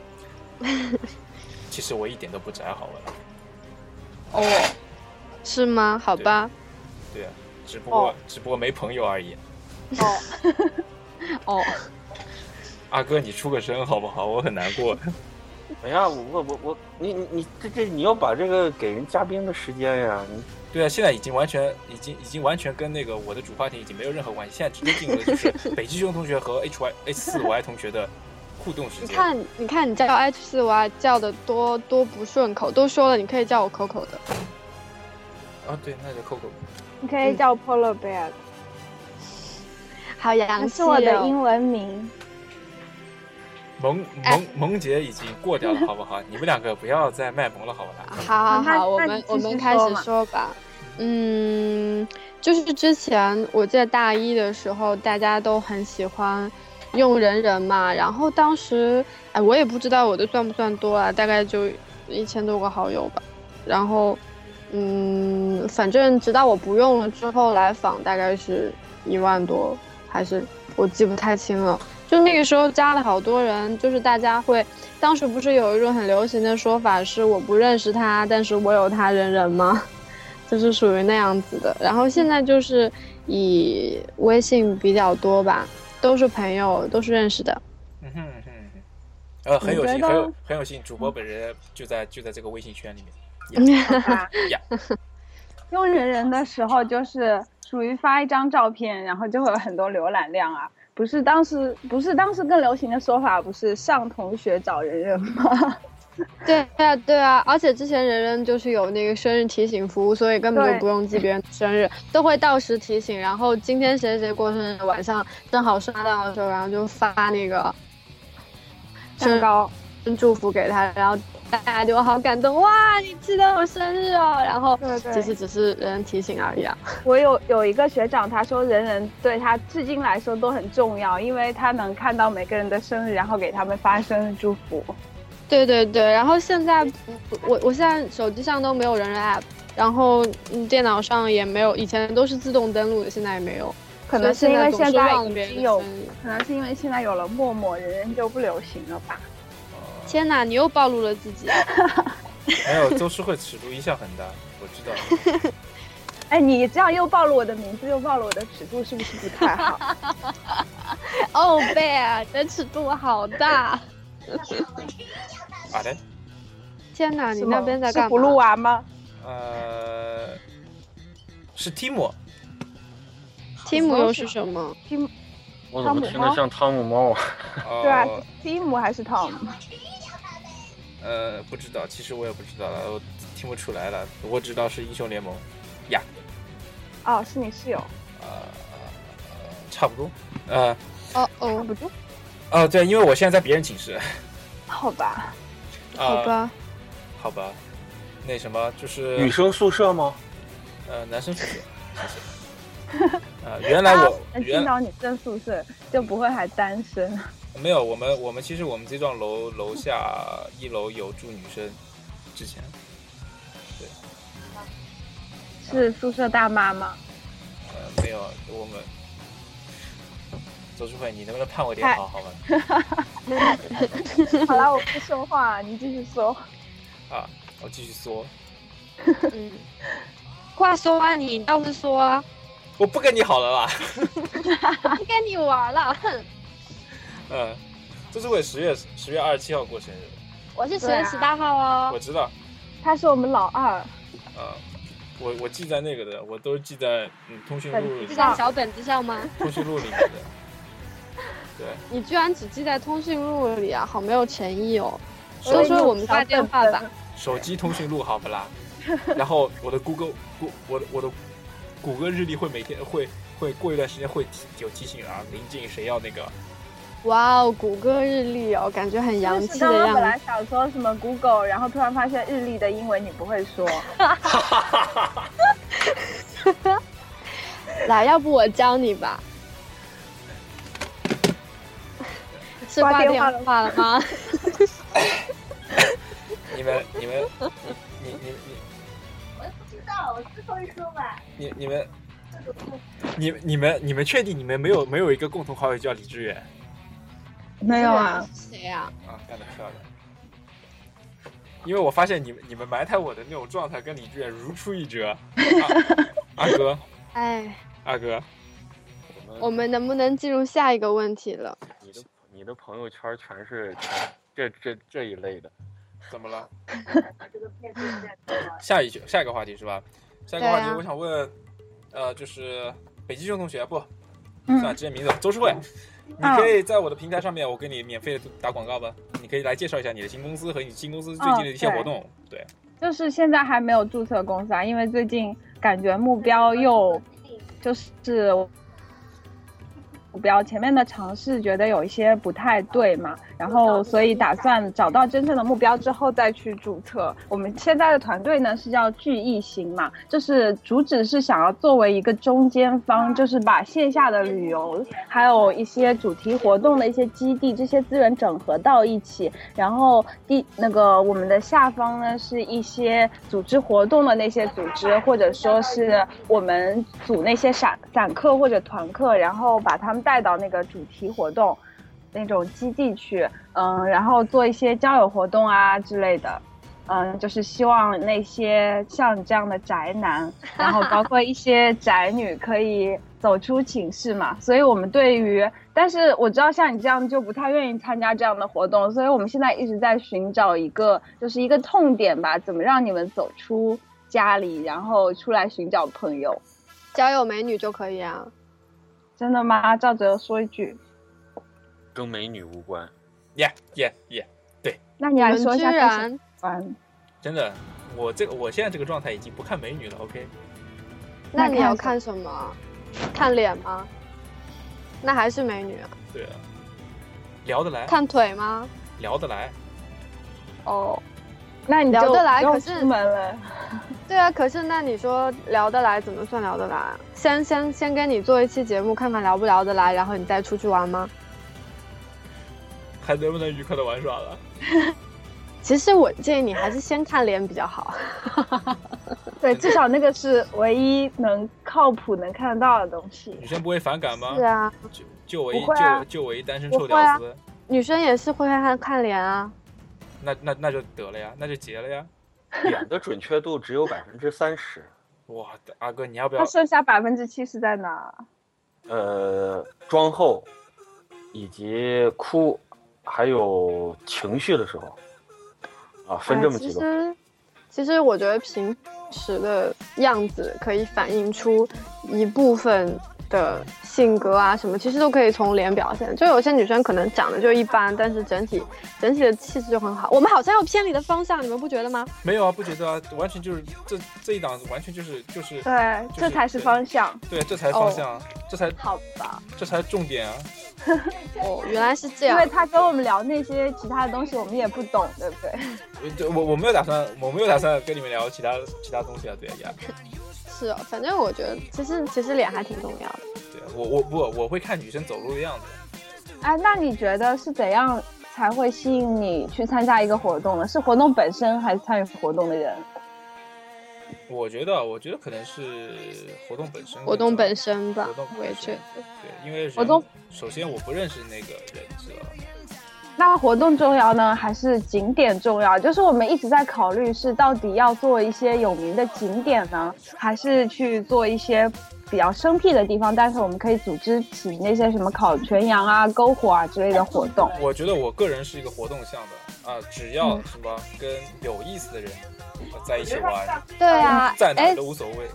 其实我一点都不宅，好吧？
哦，
是吗？好
对
吧，
对啊，只不过、
哦
只不过没朋友而已。
哦，
哦，
阿哥，你出个声好不好？我很难过。
哎呀，我我我我，你你你这这你要把这个给人嘉宾的时间呀，你
对啊，现在已经完全已经已经完全跟那个我的主话题已经没有任何关系，现在直接进入的就是 北极熊同学和 H Y H 四 Y 同学的互动时
你
间。
看，你看，你叫 H 四 Y 叫的多多不顺口，都说了你可以叫我 Coco 的。
啊，对，那就 Coco。
你可以叫 Polo Bear，
好
它
洋气
是我的
哦！
英文名。
萌
哎
萌萌姐已经过掉了，好不好？你们两个不要再卖萌了，好不好？
好好
那
好，我
那你
们
继续
我们开
说
始
嘛
说吧。嗯，就是之前我记得大一的时候，大家都很喜欢用人人嘛，然后当时哎，我也不知道我的算不算多啊，大概就一千多个好友吧。然后嗯，反正直到我不用了之后来访，大概是一万多，还是我记不太清了。就那个时候加了好多人，就是大家会，当时不是有一种很流行的说法是我不认识他，但是我有他人人吗？ 就是属于那样子的。然后现在就是以微信比较多吧，都是朋友，都是认识的。
嗯哼嗯哼。嗯呃，很有
你觉
幸，
得
很有很有幸，主播本人就在就在这个微信圈里面。
好 吧
呀
用人人的时候，就是属于发一张照片，然后就会有很多浏览量啊。不是当时，不是当时更流行的说法，不是上同学找人人吗？
对啊，对啊，而且之前人人就是有那个生日提醒服务，所以根本
对
就不用记别人的生日，都会到时提醒。然后今天谁谁过生日，晚上正好刷到的时候，然后就发那个生
蛋
日
糕，
祝福给他，然后大家就好感动，哇，你记得我生日哦。然后
对对
其实只是人提醒而已啊。
我有有一个学长，他说人人对他至今来说都很重要，因为他能看到每个人的生日，然后给他们发生日祝福。
对对对，然后现在我我现在手机上都没有人人 app，然后嗯电脑上也没有，以前都是自动登录的，现在也没有。
可能是因为现在已经有，
天
可能是因为现在有了陌陌，人人就不流行了吧？
天哪，你又暴露了自己。
没有，邹诗慧尺度一向很大，我知道。
哎，你这样又暴露我的名字，又暴露我的尺度，是不是不太 好？
哦，贝尔，你的尺度好大。
啊嘞，
天哪，啊你
是吗
那边在
是
干
葫芦
嘛？
娃吗？
呃，是 Tim，
提姆又是什么？
我怎么听着像汤姆猫啊？
对啊
哦，，
蒂姆还是 Tom？
呃，不知道，其实我也不知道了，我听不出来了，我只知道是英雄联盟，
哦，是你室友，
差不多。呃，
哦哦，
不住，
哦，对，因为我现在在别人寝室。
好吧？
好
啊，
吧，
好吧，那什么，就是
女生宿舍吗？
呃，男生宿舍，谢谢。呃，原来我
能
原
进到女生宿舍就不会还单身。
没有，我们我们其实我们这幢楼楼下一楼有住女生，之前
是宿舍大妈吗？
呃没有，我们周淑慧，你能不能盼我点
嗨
好好吗？
好了，我不说话，你继续说。
啊，我继续说，
嗯。话说啊，你倒是说啊，
我不跟你好了啦。
不跟你玩了。哼，
嗯，周淑慧十月十月二十七号过生日，
我是十月
对啊
十八号
我
哦。
知道，
他是我们老二，
啊、我我记在那个的，我都是记在嗯通讯录里
记
面
在小本子上吗？
通讯录里面的，对。
你居然只记在通讯录里啊，好没有诚意哦。
手
所以说我们挂电话吧。
手机通讯录好不啦？然后我的 Google 谷我的我的谷歌日历会每天会会过一段时间会提有提醒啊，临近谁要那个
哇哦，谷歌日历哦，感觉很洋
就是
气
刚
的
刚
样
本
子。
来想说什么 Google，然后突然发现日历的英文你不会说，
来，要不我教你吧？是挂
电
电
话
话
了
了吗？
你们你们你你
我也不知道，我之后一说吧，
你你你们
这种就
你你们你们确定你们没有没有一个共同好友叫李志远
没有啊，
是谁呀、
啊？漂亮漂亮。因为我发现你们你们埋汰我的那种状态跟李志远如出一辙。啊阿阿哥
哎，
阿哥，
我们能不能进入下一个问题了？
你的你的朋友圈全是这这这一类的，
怎么了？
这个面对面的，
下一句，下一个话题是吧？下一个话
对
题，
啊
我想问，呃，就是北极熊同学不，
嗯
算了，直接名字邹世慧，你可以在我的平台上面，我给你免费地打广告吧。你可以来介绍一下你的新公司和你新公司最近的一些活动。对，
就是现在还没有注册公司啊，因为最近感觉目标又就是目标前面的尝试觉得有一些不太对嘛，然后所以打算找到真正的目标之后再去注册。我们现在的团队呢是叫聚艺行嘛，就是主旨是想要作为一个中间方，就是把线下的旅游还有一些主题活动的一些基地这些资源整合到一起，然后第那个我们的下方呢是一些组织活动的那些组织，或者说是我们组那些散散客或者团客，然后把他们带到那个主题活动那种基地去，嗯，然后做一些交友活动啊之类的。嗯，就是希望那些像你这样的宅男，然后包括一些宅女可以走出寝室嘛。所以我们对于，但是我知道像你这样就不太愿意参加这样的活动，所以我们现在一直在寻找一个，就是一个痛点吧，怎么让你们走出家里，然后出来寻找朋友。
交友美女就可以啊。
真的吗？赵哲说一句，
跟美女无 关。
耶耶耶！
那你
你
来
们
说一
居
下
然
玩。
真的，我这个我现在这个状态已经不看美女了。OK，
那
那
你
看
要
什
看什么？看脸吗？那还是美女啊？
对啊，聊得来，
看腿吗？
聊得来，
哦，
那你就
聊得来
不用
可是
出门了。
对啊，可是那你说聊得来怎么算聊得来啊？先先先跟你做一期节目，看看聊不聊得来，然后你再出去玩吗？
还能不能愉快的玩耍了？
其实我建议你还是先看脸比较好。
对，至少那个是唯一能靠谱、能看得到的东西。
女生不会反感吗？
是啊，
就就我一、
不会啊
就就我一单身臭
不会啊
屌丝，
女生也是会看看脸啊。
那那那就得了呀，那就结了呀。
脸的准确度只有百分之三十。
哇，阿哥，你要不要
那？剩下百分之七十在哪？
呃，妆后，以及哭，还有情绪的时候，啊，分
哎
这么几个。
其实，其实我觉得平时的样子可以反映出一部分的性格啊什么，其实都可以从脸表现。就有些女生可能长得就一般，但是整体整体的气质就很好。我们好像有偏离的方向，你们不觉得吗？
没有啊，不觉得啊，完全就是这这一档完全就是就是
对，
就是
这才是方向。
对，这才方向，这才
哦好吧，
这才重点啊。
哦，原来是这
因
样
为。他跟我们聊那些其他的东西，我们也不懂，对不对？
呃对我我没有打算，我没有打算跟你们聊其他其他东西啊。对呀，
是哦，反正我觉得其实其实脸还挺重要的。
对我我不我会看女生走路的样子。
哎，那你觉得是怎样才会吸引你去参加一个活动呢？是活动本身，还是参与活动的人？
我觉得啊，我觉得可能是活动本身，
活动本身吧
活动，
我也
本
觉
身
得。
对，因为人
活动
首先我不认识那个人，知道吧？
那活动重要呢，还是景点重要？就是我们一直在考虑是到底要做一些有名的景点呢，还是去做一些比较生僻的地方，但是我们可以组织起那些什么烤全羊啊、篝火啊之类的活动。
我觉得我个人是一个活动向的啊，只
嗯
要什么跟有意思的人呃在一起玩，
对啊，
在哪
哎
儿都无所谓。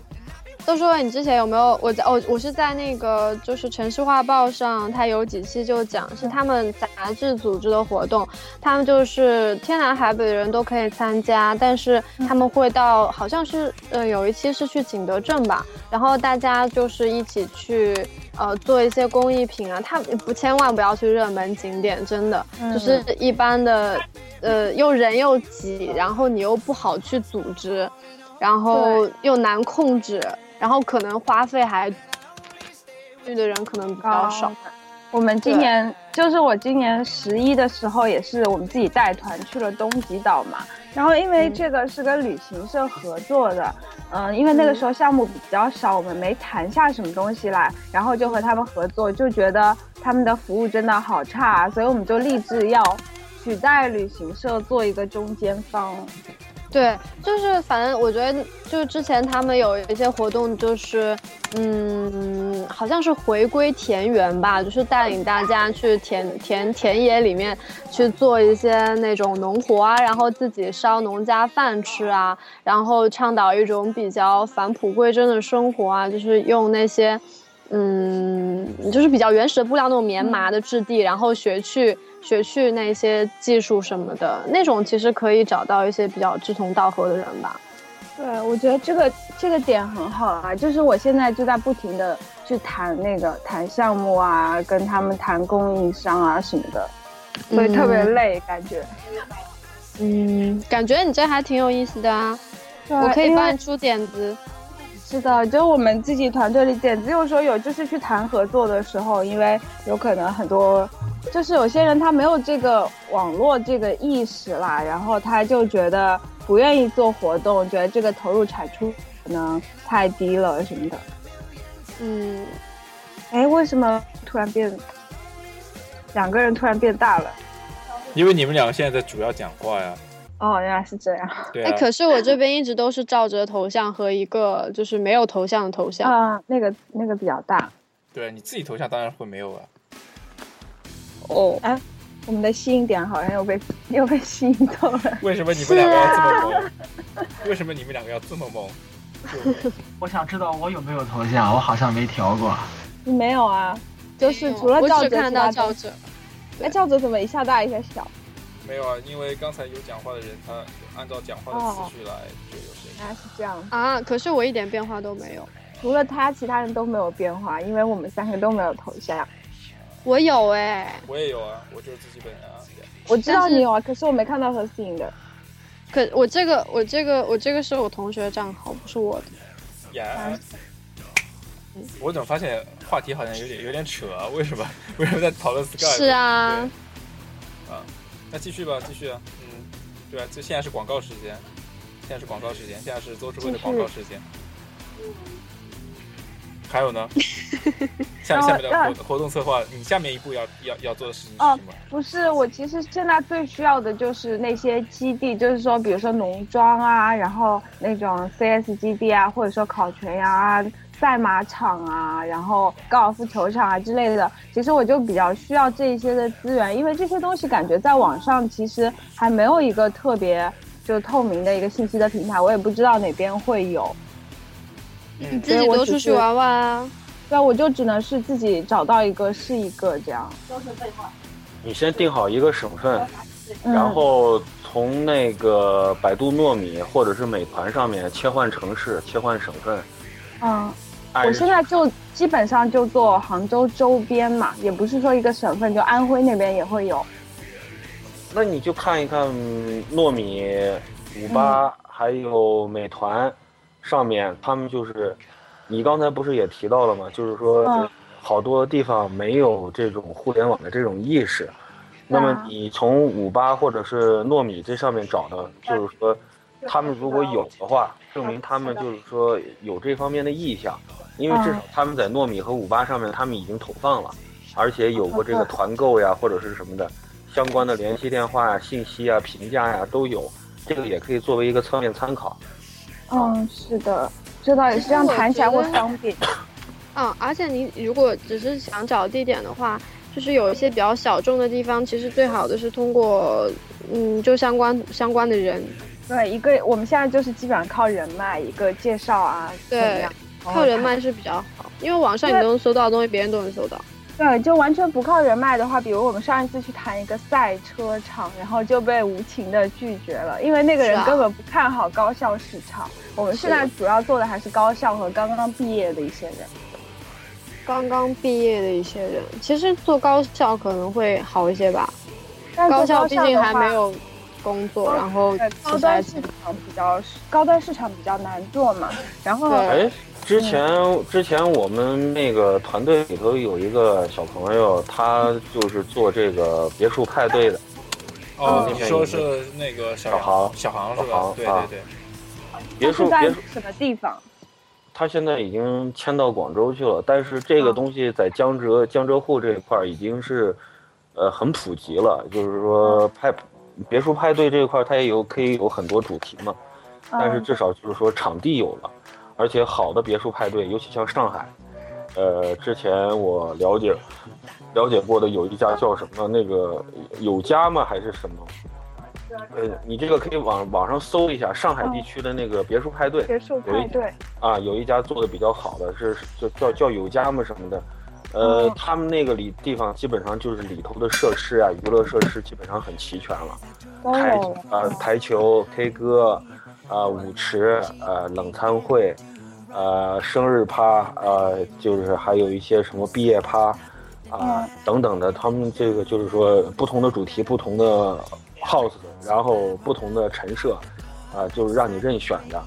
都说你之前有没有我在哦，我是在那个就是《城市画报》上，它有几期就讲是他们杂志组织的活动，他们就是天南海北的人都可以参加，但是他们会到好像是呃有一期是去景德镇吧，然后大家就是一起去呃做一些工艺品啊，他们不千万不要去热门景点，真的、
嗯
就是一般的，呃又人又挤，然后你又不好去组织，然后又难控制，然后可能花费还去的人可能比较少。
我们今年就是我今年十一的时候，也是我们自己带团去了东极岛嘛。然后因为这个是跟旅行社合作的，嗯、因为那个时候项目比较少，我们没谈下什么东西来，然后就和他们合作，就觉得他们的服务真的好差、啊所以我们就立志要取代旅行社做一个中间方。
对，就是反正我觉得，就是之前他们有一些活动，就是嗯，好像是回归田园吧，就是带领大家去田田田野里面去做一些那种农活啊，然后自己烧农家饭吃啊，然后倡导一种比较返璞归真的生活啊，就是用那些嗯，就是比较原始的布料那种棉麻的质地，然后学去学去那些技术什么的，那种其实可以找到一些比较志同道合的人吧。
对，我觉得这个这个点很好啊，就是我现在就在不停的去谈那个谈项目啊，跟他们谈供应商啊什么的，所以特别累，感觉。
嗯，感觉你这还挺有意思的啊，
对
我可以
因为
帮你出点子。
是的，就我们自己团队里，简直有时候有就是去谈合作的时候，因为有可能很多，就是有些人他没有这个网络这个意识啦，然后他就觉得不愿意做活动，觉得这个投入产出可能太低了什么的。
嗯，
哎，为什么突然变两个人突然变大了？
因为你们两个现在在主要讲话呀，
哦，原来是这样
对
哎，
啊，
可是我这边一直都是照着头像和一个就是没有头像的头像。
啊、那个那个比较大。
对啊你自己头像当然会没有啊。
哦，
哎我们的吸引点好像又被又被吸引走了。
为什么你们两个要这么
啊
萌？为什么你们两个要这么萌？就
我想知道我有没有头像，我好像没调过。
没有啊，就是除了
我
赵
只
哲，
看到
其他
照
都
着。
哎，赵哲怎么一下大一下小？
没有啊，因为刚才有讲话的人，他按照讲话
哦
的次序来就有声音。
啊，是这样，
啊，可是我一点变化都没有。
除了他，其他人都没有变化，因为我们三个都没有头像。
我有哎、
我也有啊，我就是自己本人啊。
我知道
但是
你有啊，可是我没看到何思颖的。
可我这个我这个我这个是我同学的账号，不是我的。
呀，我怎么发现话题好像有点有点扯啊？为什么？ 为什么在讨论 Sky？
是啊，
啊，那继续吧，继续啊。嗯，对啊，这现在是广告时间，现在是广告时间，现在是邹智慧的广告时间。还有呢？下
然后
下面的
要
活活动策划，你下面一步要要要做的事情是
哦
什么？
不是，我其实现在最需要的就是那些基地，就是说，比如说农庄啊，然后那种 CS 基地啊，或者说烤全羊啊、赛马场啊，然后高尔夫球场啊之类的。其实我就比较需要这一些的资源，因为这些东西感觉在网上其实还没有一个特别就透明的一个信息的平台，我也不知道哪边会有。
你
嗯，
自己多出去玩玩啊。
对，我就只能是自己找到一个是一个这样。
你先定好一个省份，
嗯、
然后从那个百度糯米或者是美团上面切换城市、切换省份。
嗯。
按
我现在就基本上就做杭州周边嘛，也不是说一个省份，就安徽那边也会有。
那你就看一看嗯糯米、五
嗯
八、还有美团上面，他们就是，你刚才不是也提到了吗？就是说，
嗯
好多地方没有这种互联网的这种意识。那么
啊
你从五八或者是糯米这上面找到，就是说，他们如果有的话，证明他们就是说有这方面的意向，因为至少他们在糯米和五八上面他们已经投放了，而且有过这个团购呀或者是什么的相关的联系电话呀、信息啊、评价呀都有，这个也可以作为一个侧面参考。
嗯，是的，这倒也是这样谈起来会方便。
嗯，而且你如果只是想找地点的话，就是有一些比较小众的地方，其实最好的是通过嗯，就相关相关的人，
对，一个我们现在就是基本上靠人脉，一个介绍啊，
对
怎么样
靠人。脉是比较好，因为网上你都能搜到的东西，别人都能搜到。
对，就完全不靠人脉的话，比如我们上一次去谈一个赛车场，然后就被无情的拒绝了，因为那个
是
人
啊
根本不看好高校市场。我们现在主要做的还是高校和刚刚毕业的一些人。
刚刚毕业的一些人，其实做高校可能会好一些吧。
但做
高校毕竟
的
还
话
没有工作，然后
对，
其
高
实还
端
是
市场比较高端市场比较难做嘛。然后
对
哎，之前之前我们那个团队里头有一个小朋友，他就是做这个别墅派对的，
哦，
嗯
你说是那个小
小
航，
航
小航是
小
吧
航？
对
啊
对对，
别
是
墅
在
别墅，
什么地方？
他现在已经迁到广州去了，但是这个东西在江浙江浙沪这一块儿已经是，呃，很普及了，就是说派别墅派对这一块儿它也有可以有很多主题嘛，但是
嗯
至少就是说场地有了，而且好的别墅派对，尤其像上海，呃，之前我了解了解过的有一家叫什么那个有家吗还是什么？呃，你这个可以网网上搜一下上海地区的那个别墅派对
别墅派对，
啊，有一家做的比较好的是就叫叫有家吗什么的，呃
哦，
他们那个里地方基本上就是里头的设施啊，娱乐设施基本上很齐全了。
都
台
有
啊、台球、K 歌，啊、舞池，啊、冷餐会，啊、生日趴，啊、就是还有一些什么毕业趴，啊、
嗯
等等的，他们这个就是说不同的主题、不同的 house，然后不同的陈设，啊、就是让你任选的，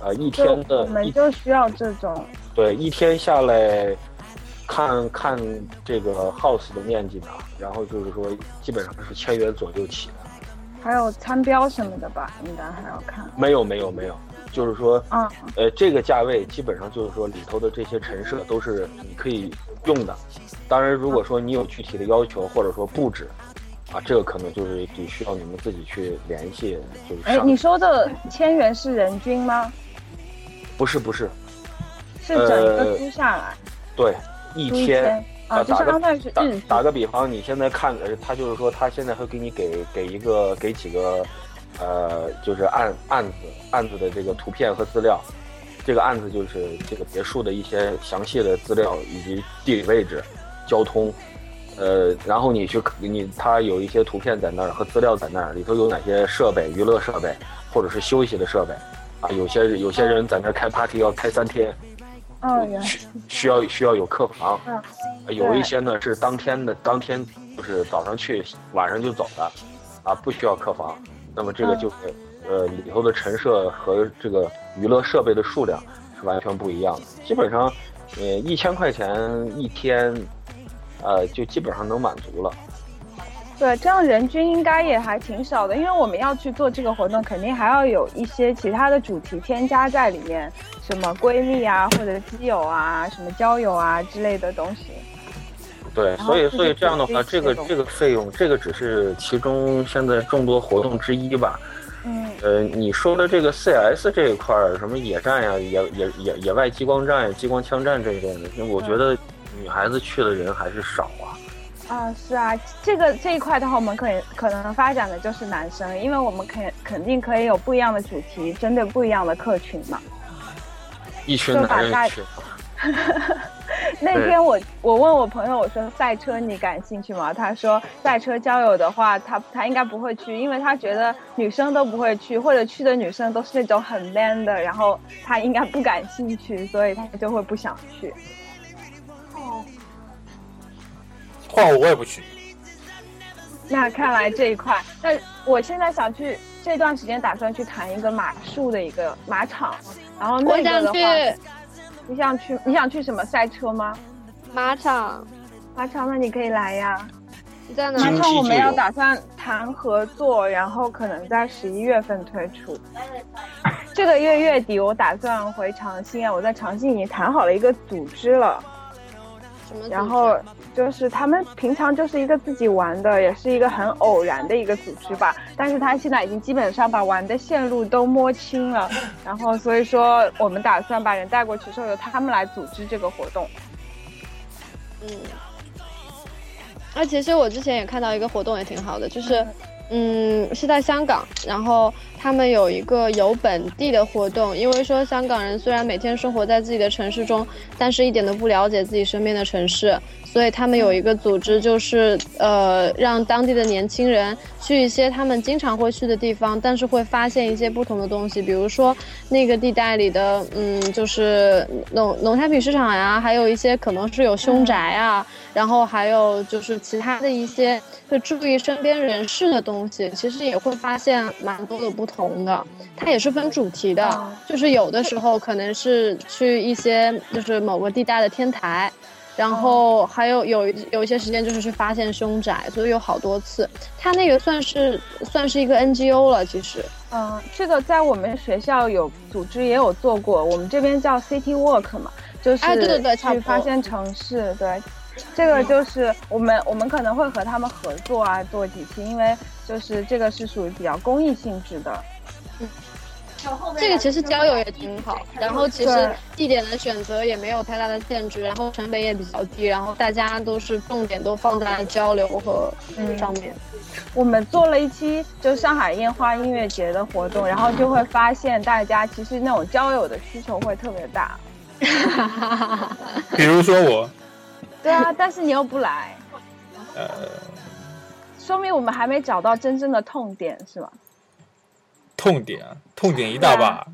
啊、一
就
天
我
的
们
一
就需要这种，
对一天下来。看看这个 house 的面积呢，然后就是说，基本上是千元左右起的。
还有餐标什么的吧，应该还要看。
没有没有没有，就是说，
嗯，
呃，这个价位基本上就是说里头的这些陈设都是你可以用的。当然，如果说你有具体的要求或者说布置，啊，这个可能就是得需要你们自己去联系，就是
哎，
上。
你说的千元是人均吗？
不是不是，
是整个租下来，
对，呃一
租一
天。
啊，
呃
就
打个
相当于是嗯
打
日租
打个比方，你现在看，呃，他就是说，他现在会给你给给一个给几个，呃，就是案案子案子的这个图片和资料，这个案子就是这个别墅的一些详细的资料以及地理位置、交通，呃，然后你去你他有一些图片在那儿和资料在那儿，里头有哪些设备、娱乐设备或者是休息的设备，啊，有些有些人在那儿开 party 要开三天，
嗯，原来
需需要需要有客房，
嗯
呃有
对
一些呢是当天的，当天就是早上去，晚上就走的，啊，不需要客房。那么这个
嗯
就是，呃，里头的陈设和这个娱乐设备的数量是完全不一样的。基本上，呃，一千块钱一天，呃，就基本上能满足了。
对，这样人均应该也还挺少的，因为我们要去做这个活动，肯定还要有一些其他的主题添加在里面，什么闺蜜啊，或者基友啊，什么交友啊之类的东西。
对，
然后
所以
自己
所以这样的
准
话，
备
这个
哦这种
这个费用，这个只是其中现在众多活动之一吧。
嗯，
呃，你说的这个 CS 这一块儿，什么野战呀、野野野野外激光战、激光枪战这一类的，因为我觉
嗯
得女孩子去的人还是少啊。
啊，是啊，这个这一块的话，我们可以可能发展的就是男生，因为我们肯肯定可以有不一样的主题，针对不一样的客群嘛。
一群
就
男
把大
人去，
那
对
天我我问我朋友，我说赛车你感兴趣吗？他说赛车交友的话，他他应该不会去，因为他觉得女生都不会去，或者去的女生都是那种很 man 的，然后他应该不感兴趣，所以他就会不想去。
换我我也不去。
那看来这一块，那我现在想去这段时间打算去谈一个马术的一个马场，然后
我
那个
想
的话，
去
你想去你想去什么赛车吗？
马场，
马场那你可以来呀。
你在哪
马
嗯
里？
上我们要打算谈合作，然后可能在十一月份推出。这个月月底我打算回长兴啊，我在长兴已经谈好了一个组织了，
什么组织？
然后就是他们平常就是一个自己玩的，也是一个很偶然的一个组织吧，但是他现在已经基本上把玩的线路都摸清了，然后所以说我们打算把人带过去之后，由他们来组织这个活动。
嗯，那其实我之前也看到一个活动也挺好的，就是，嗯，是在香港，然后他们有一个有本地的活动，因为说香港人虽然每天生活在自己的城市中，但是一点都不了解自己身边的城市，所以他们有一个组织，就是呃让当地的年轻人去一些他们经常会去的地方，但是会发现一些不同的东西，比如说那个地带里的嗯，就是农农产品市场呀，还有一些可能是有凶宅啊，然后还有就是其他的一些会注意身边人事的东西，其实也会发现蛮多的不同的。它也是分主题的，就是有的时候可能是去一些就是某个地带的天台，然后还有有一有一些时间就是去发现凶宅，所以有好多次。它那个算是算是一个 NGO 了，其实
嗯，这个在我们学校有组织也有做过，我们这边叫 City Walk 嘛，就是
哎对对对差不
去
多
发现城市，对，这个就是我们我们可能会和他们合作啊，做几期，因为就是这个是属于比较公益性质的，
这个其实交友也挺好，然后其实
对
地点的选择也没有太大的限制，然后成本也比较低，然后大家都是重点都放在交流和
嗯
上面。
我们做了一期就上海烟花音乐节的活动，然后就会发现大家其实那种交友的需求会特别大。
比如说我，
对啊，但是你又不来，
呃，
说明我们还没找到真正的痛点，是吗？
痛点啊，痛点一大把。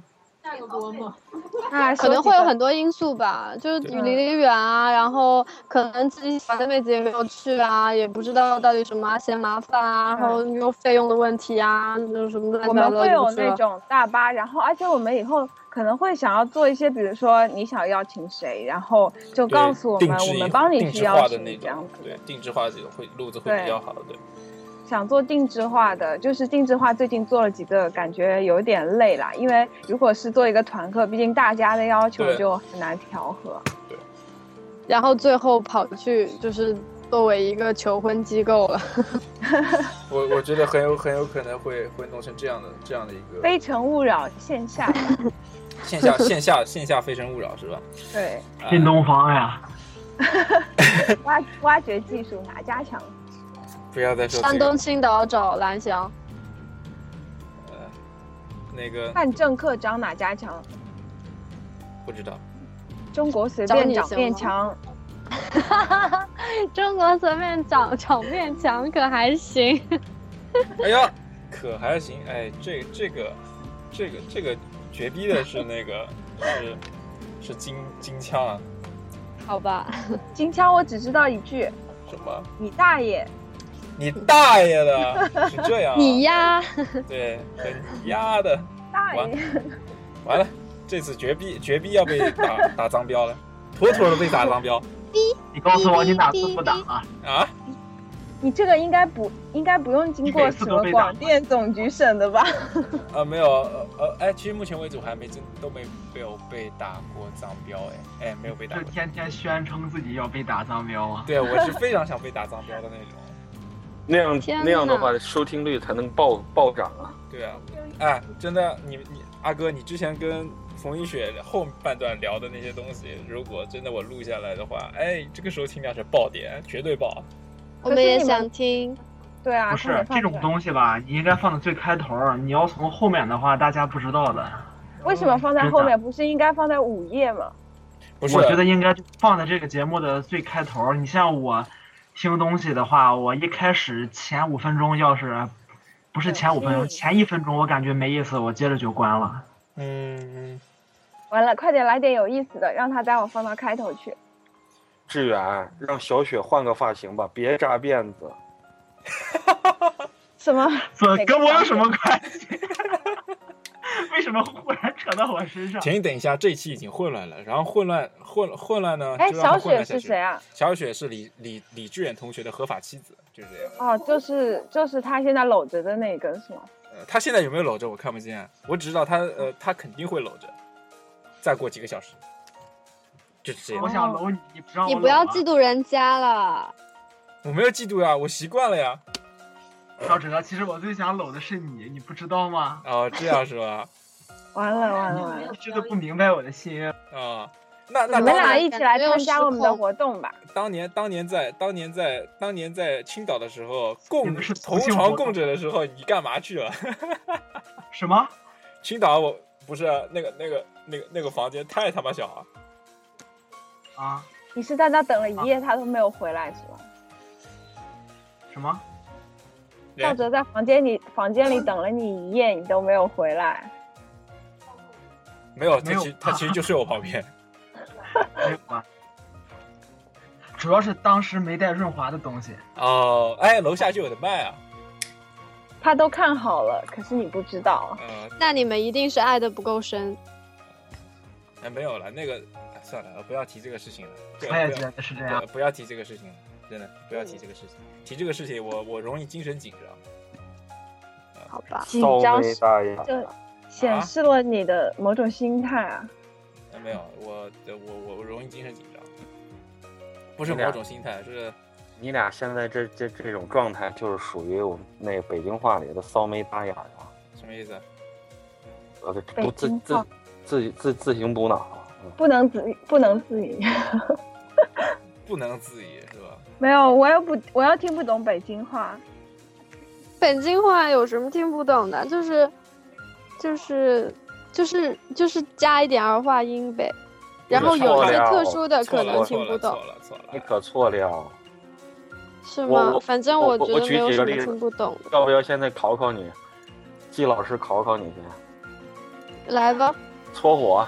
啊，
可能会有很多因素吧，就是
对
离得远啊，然后可能自己喜欢的妹子也没有去啊，也不知道到底什么啊嫌麻烦啊，
嗯
然后又费用的问题啊，就是什么乱
我
七八
们
糟
会
的
有
不是
那种大巴，然后而且我们以后可能会想要做一些，比如说你想邀请谁，然后就
对
告诉我
定
们，
制
我
一
们帮你
定
去
制
邀
化的
请
那
这样
种，
子。
对，定制化这种会路子会比
对
较好，对。
想做定制化的，就是定制化最近做了几个，感觉有点累啦，因为如果是做一个团课，毕竟大家的要求
对
就很难调和。
然后最后跑去就是作为一个求婚机构了。
我我觉得很有很有可能会会弄成这样的这样的一
《
个
非诚勿扰》线下，
线下线下线下非诚勿扰是吧？
对，
啊
新东方呀，
挖挖掘技术哪家强？
不要再说
山
这个
东青岛找蓝翔，
那个
办政客找哪家强？
不知道，
中国随
找
便
你
找
行啊
面
吗
强，
中国随便找找面墙可还行。
哎呀，可还行，哎，这这个这个这个绝逼的是那个是是金金枪啊，
好吧，
金枪我只知道一句，
什么
你大爷！
你大爷的，是这样、啊，
你呀，
对，你丫的，
大
完
爷，
完了，这次绝逼绝逼要被打打脏标了，妥妥的被打脏标
你告诉我你哪次不打了？
啊！
你这个应该不应该不用经过
每
什
次
么
都被打
广电总局审的吧？
啊，没有，呃呃，哎，其实目前为止我还没真都没没有被打过脏标，哎哎，没有被打
就
过。
天天宣称自己要被打脏标啊！
对，我是非常想被打脏标的那种。
那样
天哪
那样的话，收听率才能暴暴涨啊！
对啊，哎，真的，你你阿哥，你之前跟冯一雪后半段聊的那些东西，如果真的我录下来的话，哎，这个时候听量是爆点，绝对爆。
我们也
可是你们
想听。
对啊，快
不是
点放
这种
出来
东西吧，你应该放在最开头儿，你要从后面的话，大家不知道的。
为什么放在
真的
后面？不是应该放在午夜吗？
不是，
我觉得应该放在这个节目的最开头儿。你像我听东西的话，我一开始前五分钟要是不是前五分钟，
嗯
前一分钟我感觉没意思，我接着就关了。
嗯，
完了，快点来点有意思的，让他待会儿放到开头去。
志远，让小雪换个发型吧，别扎辫子。
什么？
这
每个
跟我有
章
什么关系？ 为什么忽然扯到我身上？
请你等一下，这一期已经混乱了，然后混乱混混乱呢？
哎，
就让它
小
混
雪
乱下
是
去
谁？啊？
小雪是李李李志远同学的合法妻子，就是这样。
哦，就是就是他现在搂着的那个是吗？
呃，他现在有没有搂着我看不见，啊我只知道他呃，他肯定会搂着。再过几个小时，就是这
我
样。
想搂你，你不让我
你不要
搂啊
嫉妒人家了，
我没有嫉妒呀，我习惯了呀。
小哲，其实我最想搂的是你，你不知道吗？
哦，这样是吧？
完了完了完了！
你真的不明白我的心。
啊、那那
你
你
们
们
当
俩
俩
年
一起来参加我们的
感觉又失控
活动吧。
当年当年在当年在当年在青岛的时候
你
共
们是
同
同性活
床
动
共枕的时候，你干嘛去了？
什么？
青岛我啊不是那个那个那个那个房间太他妈小了。
啊？
你是在那等了一夜，他都没有回来是吧？
什么？
赵哲在房间里房间里等了你一夜，你都没有回来。
没有，
没
他
有
其实他其实就睡我旁边。
没有吧？主要是当时没带润滑的东西。
哦，哎，楼下就有的卖啊。
他都看好了，可是你不知道。啊
嗯、
那你们一定是爱的不够深。
哎，没有了，那个哎算了，不要提这个事情了。这
我也
不
觉
要
得哎是这样
不。不要提这个事情了，真的不要提这个事情。提这个事情，我我容易精神紧张。
好吧，
紧
骚
张
眉大眼，
就显示了你的某种心态啊。
哎没有，我我我我容易精神紧张，不是
你俩
某种心态，是
你俩现在这这这种状态，就是属于我们那北京话里的骚眉大眼啊，
什么意思？
呃，
北
不自
京
自
话
自自自行补脑。嗯
不能自不能自已。
不能自已是吧？
没有，我又不，我又听不懂北京话。
北京话有什么听不懂的？就是，就是，就是，就是加一点儿化音呗。然后有一些特殊的
错
可
了
能
错
听不
了
懂
错，了错了
你，可错了，
是
我
吗
我？
反正
我
觉
我
得
举
没有
几
什
个
么
例子
听不懂的。
要不要现在考考你？季老师考考你去，
来吧，
搓火，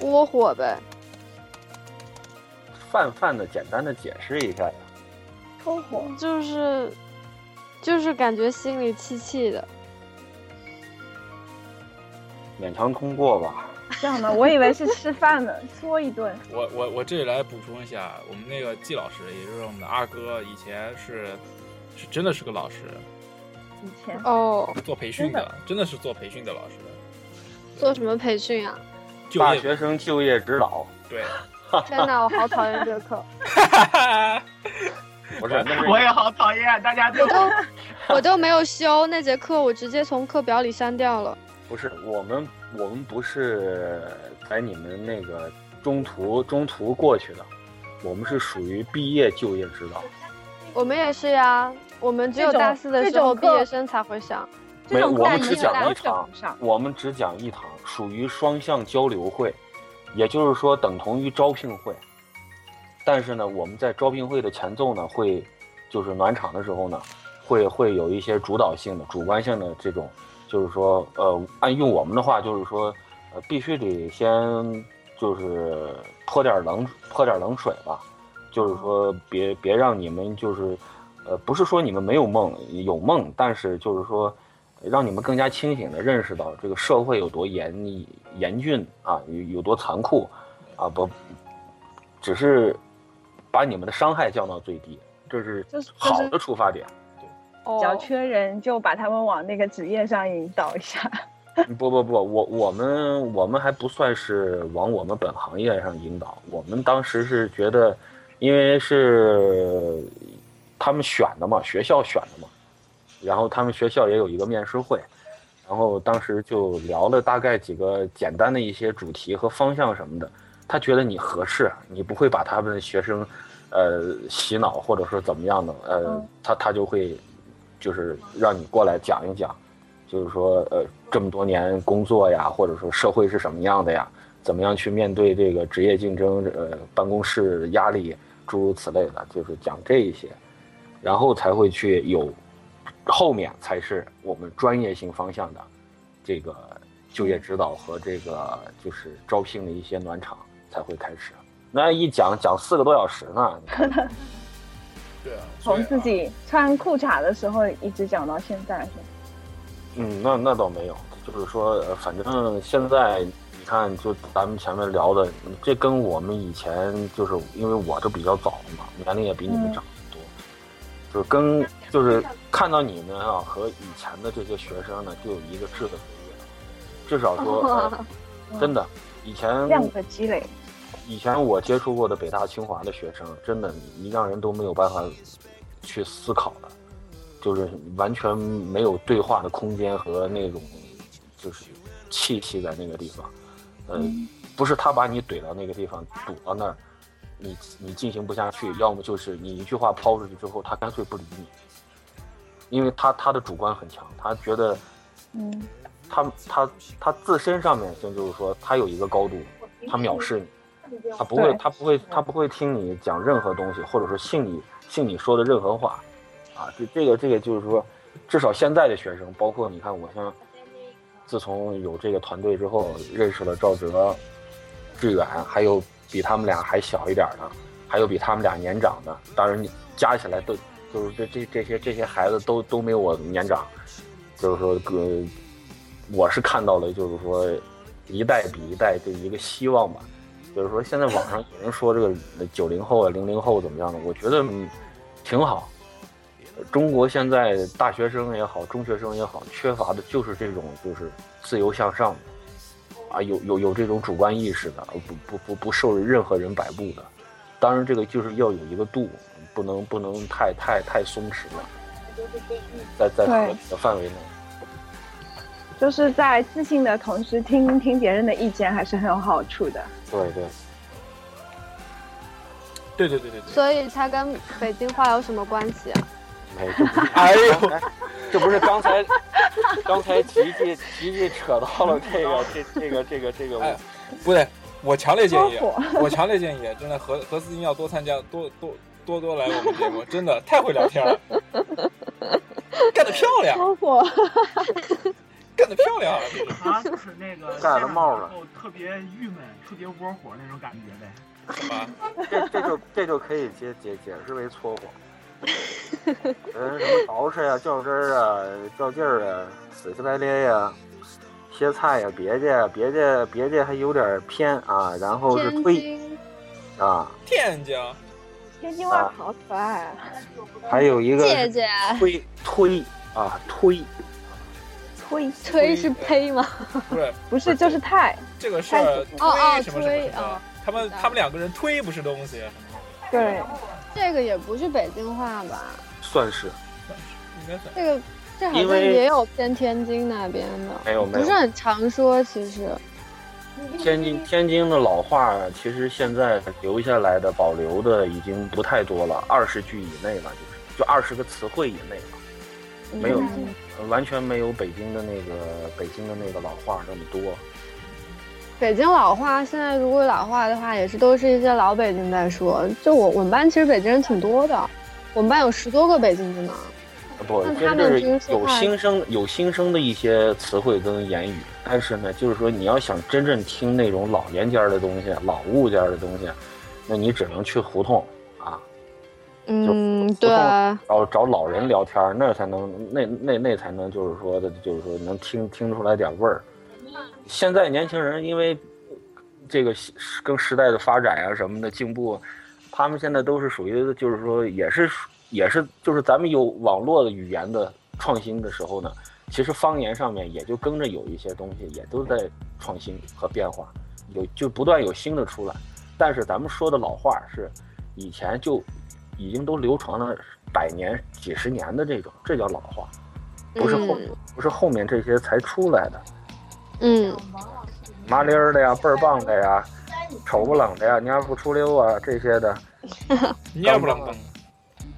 窝火呗。
泛泛的、简单的解释一下呀。
抽火，
就是，就是感觉心里气气的。
勉强通过吧。
这样吗？我以为是吃饭呢，搓一顿。
我我我这里来补充一下，我们那个季老师，也就是我们的二哥，以前是是真的是个老师，
以前
哦，
做培训
真
的，真的是做培训的老师，
做什么培训 啊？
就
大
业
学生就业指导，
对，
天哪，我好讨厌这个课，
不是，那
我
是
也好讨厌，大家
我
都
都我都没有修那节课，我直接从课表里删掉了。
不是我们我们不是在你们那个中途中途过去的，我们是属于毕业就业指导。
我们也是呀，我们只有
这种
大四的
这
时候
种
毕
课
业生才会上。
这种
没我
课
们
你
只讲
都
一场
整不上。
我们只讲一堂，属于双向交流会，也就是说等同于招聘会。但是呢，我们在招聘会的前奏呢，会就是暖场的时候呢，会会有一些主导性的、主观性的这种，就是说，呃，按用我们的话就是说，呃，必须得先就是泼点冷泼点冷水吧，就是说别别让你们就是，呃，不是说你们没有梦，有梦，但是就是说，让你们更加清醒的认识到这个社会有多严严峻啊，有有多残酷啊，不，只是把你们的伤害降到最低，这是
就是就
好
是
的出发点。
哦
只要缺人，就把他们往那个职业上引导 一下。
不不不，我我们我们还不算是往我们本行业上引导，我们当时是觉得，因为是他们选的嘛，学校选的嘛，然后他们学校也有一个面试会，然后当时就聊了大概几个简单的一些主题和方向什么的，他觉得你合适，你不会把他们的学生，呃，洗脑或者说怎么样的，呃
嗯，
他他就会就是让你过来讲一讲。就是说，呃，这么多年工作呀，或者说社会是什么样的呀，怎么样去面对这个职业竞争，呃，办公室压力，诸如此类的，就是讲这一些，然后才会去有，后面才是我们专业性方向的这个就业指导和这个就是招聘的一些暖场才会开始。那一讲讲四个多小时呢，
对啊，所以
从
啊
自己穿裤衩的时候一直讲到现在，是吧
嗯，那那倒没有，就是说，呃反正现在你看，就咱们前面聊的，这跟我们以前就是因为我这比较早了嘛，年龄也比你们
嗯
长得多，就是跟就是看到你们啊和以前的这些学生呢，就有一个质的飞跃，至少说、呃真的，以前
量的积累。
以前我接触过的北大、清华的学生，真的你让人都没有办法去思考的，就是完全没有对话的空间和那种就是气息在那个地方。呃，
嗯
不是他把你怼到那个地方，堵到那儿，你你进行不下去，要么就是你一句话抛出去之后，他干脆不理你，因为他他的主观很强，他觉得
嗯，
他他他自身上面先就是说他有一个高度，他藐视你，他不会
对，
他不会，他不会听你讲任何东西，或者说信你信你说的任何话，啊，这这个这个就是说，至少现在的学生，包括你看，我像自从有这个团队之后，认识了赵哲、志远，还有比他们俩还小一点的，还有比他们俩年长的，当然你加起来都就是这这这些这些孩子都都没有我年长，就是说，呃，我是看到了，就是说一代比一代的一个希望吧。就是说现在网上有人说这个九零后啊、零零后怎么样的，我觉得嗯挺好。呃中国现在大学生也好，中学生也好，缺乏的就是这种就是自由向上的，啊，有有有这种主观意识的，不不不不受任何人摆布的。当然，这个就是要有一个度，不能不能太太太松弛了，在在合理的范围内。
就是在自信的同时听听别人的意见还是很有好处的。
对对，
对对对对对，
所以它跟北京话有什么关系啊？
哎，这不是
哎呦，
这不是刚才刚才琪琪琪琪扯到了这个这这个这个这个，
哎不对，我强烈建议啊
超火，
我强烈建议，真的何何思英要多参加，多多多多来我们节目，真的太会聊天了，干得漂亮，
超火！
干得漂亮啊，这个
啊，就是那个
盖了帽了，
特别郁闷，特别窝火那种感觉呗。
什么？
这这就这就可以解解解释为搓火。嗯，什么捯饬呀、较真儿啊、较劲儿啊、死乞白咧呀、歇菜呀、别介呀、别介别介，还有点偏啊，然后是
天
推
津，
啊，
天津，
天津话好可爱啊！
还有一个
姐
是
姐，
推推啊推，
推
推是呸吗？
不是
不是就是泰，
这个事儿，
哦哦
推什么什么
推
什么
哦，
他们
知道
他们两个人推不是东西，
对，
这个也不是北京话吧？
算是
应该算
这个这好
因
像
为
也有偏天津那边的，
没有没
不
有
是。很常说。其实
天津天津的老话，其实现在留下来的保留的已经不太多了，二十句以内了，就是就二十个词汇以内了，没有
嗯
呃完全没有北京的那个北京的那个老话那么多。
北京老话，现在如果老话的话，也是都是一些老北京在说。就我我们班其实北京人挺多的，我们班有十多个北京的呢。
呃不，
那
就
他们
是
平时
有
话
新生有新生的一些词汇跟言语，但是呢，就是说你要想真正听那种老年间儿的东西、老物间儿的东西，那你只能去胡同啊，
嗯，
就
对，
然后找老人聊天儿，那才能那那那才能就是说的，就是说能听听出来点味儿。现在年轻人因为这个时跟时代的发展啊什么的进步，他们现在都是属于就是说也是也是就是咱们有网络的语言的创新的时候呢，其实方言上面也就跟着有一些东西也都在创新和变化，有就不断有新的出来。但是咱们说的老话是以前就已经都流传了百年、几十年的这种，这叫老话，不是后、不是后面这些才出来的，
嗯，
麻利儿的呀、倍儿棒的呀、丑不冷的呀、蔫不出溜啊这些的
蔫不愣登。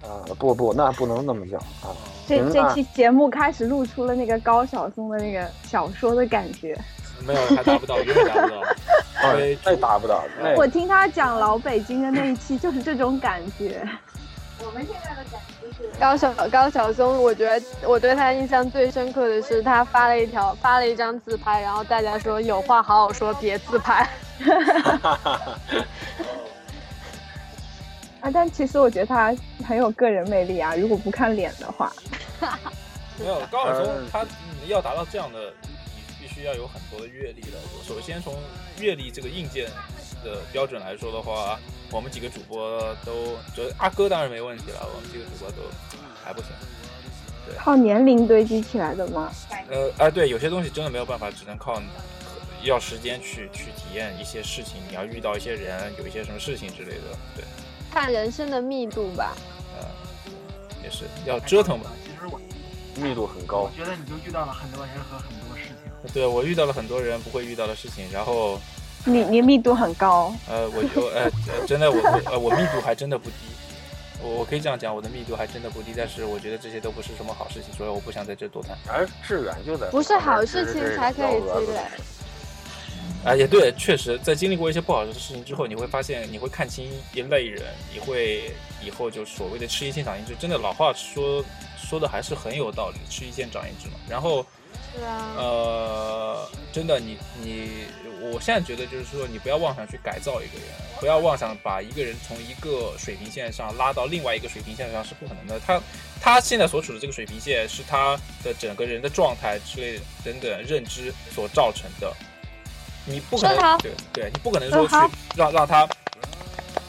啊，不不，那不能那么叫啊。
这
行
这
吧
期节目开始露出了那个高晓松的那个小说的感觉。
没有，还达不到，远远达不到。
啊
对，
那打不打？那
我听他讲老北京的那一期，就是这种感 觉。
高晓高晓松，我觉得我对他印象最深刻的是他发了一条发了一张自拍，然后大家说有话好好说，别自拍。
啊，但其实我觉得他很有个人魅力啊，如果不看脸的话，
没有高晓松
嗯，
他嗯要达到这样的，你必须要有很多的阅历的。首先从阅历这个硬件的标准来说的话，我们几个主播都，就是阿哥当然没问题了，我们几个主播都还不行。
靠年龄堆积起来的吗？
呃，哎，对，有些东西真的没有办法，只能靠要时间去去体验一些事情，你要遇到一些人，有一些什么事情之类的，对，
看人生的密度吧。
呃，也是要折腾吧。。
其实我
密度很
我
高，
觉得你就遇到了很多人和很多事情。
对我遇到了很多人不会遇到的事情，然后
你你密度很高，
呃，我就呃呃真的我我呃我密度还真的不低，我我可以这样讲，我的密度还真的不低，但是我觉得这些都不是什么好事情，所以我不想在这多谈。
而志远就在啊
不是好事情才可以积累。
啊，也对，确实，在经历过一些不好的事情之后，你会发现，你会看清一类人，你会以后就所谓的吃一堑长一智，真的老话说说的还是很有道理，吃一堑长一智嘛。然后，
是啊，
呃，真的，你你，我现在觉得就是说，你不要妄想去改造一个人，不要妄想把一个人从一个水平线上拉到另外一个水平线上是不可能的。他他现在所处的这个水平线是他的整个人的状态之类的等等认知所造成的。你不可
说得
能
好
对对，你不可能
说
说
得
去
好
让让他，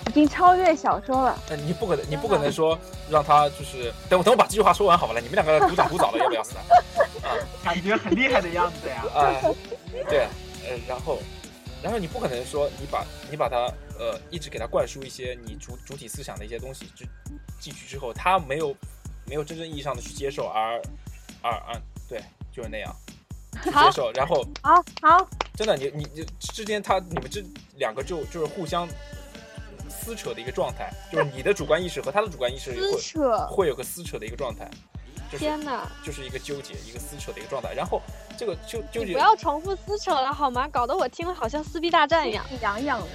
已经超越小说了。
呃你不可能你不可能说让他就是等我等我把这句话说完好了，你们两个鼓掌鼓掌了，要不要死啊？
感觉很厉害的样子呀。
啊，对，呃，然后，然后你不可能说你把你把他呃一直给他灌输一些你主主体思想的一些东西之进去之后，他没有没有真正意义上的去接受，而而而对，就是那样去接
好
受，然后
好啊好，
真的你你你之间他你们这两个就就是互相撕扯的一个状态，就是你的主观意识和他的主观意识
撕
会
扯，
会有个撕扯的一个状态，就是
天哪！
就是一个纠结一个撕扯的一个状态，然后这个纠纠
你
结
不要重复撕扯了好吗？搞得我听了好像撕逼大战一样。
痒痒的。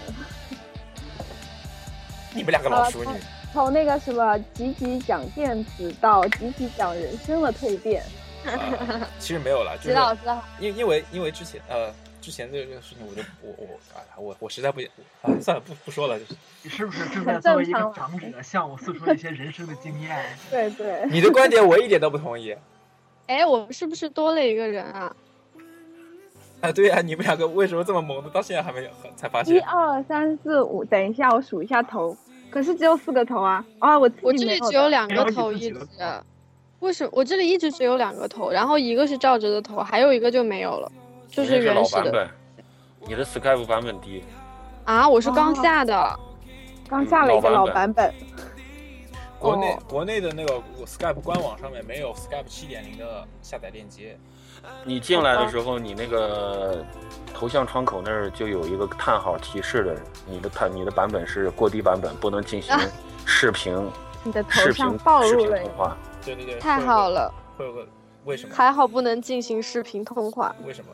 你们两个
呃
老熟女。
从那个什么积极讲电子到积极讲人生的蜕变，
啊其实没有了，就
知
是
道知道，
因因为因为之前呃之前这个事情，我就我我啊我我实在不啊算了不不说了，就是
你是不是正在作为一个长者向我诉说一些人生的经验？
对对，
你的观点我一点都不同意。
哎，我们是不是多了一个人啊？
啊对啊，你们两个为什么这么萌的？到现在还没有才发
一
哦
现。
二三四五，等一下我数一下头，可是只有四个头啊！啊，我自己
我这
没
里
有
只有
的
两个
没有
头
你自
一
己
直
的，
为什么我这里一直只有两个头？然后一个是照着的头，还有一个就没有了，就
你这
是
是
原
老
始
版
的
本，你的 Skype 版本低。
啊！我是刚
哦
下的，
刚下了一个
老
老
版
版本，
国内国内的那个 Skype 官网上面没有 Skype 七点零的下载链接。
你进来的时候，你那个头像窗口那儿就有一个叹号提示的，你的探你的版本是过低版本，不能进 行
啊
视频
你的头
视
上
频
暴
视
露
频
了一
通话。
对对对，
太好，了，
会有个为什么？
还好不能进行视频通话，
为什么？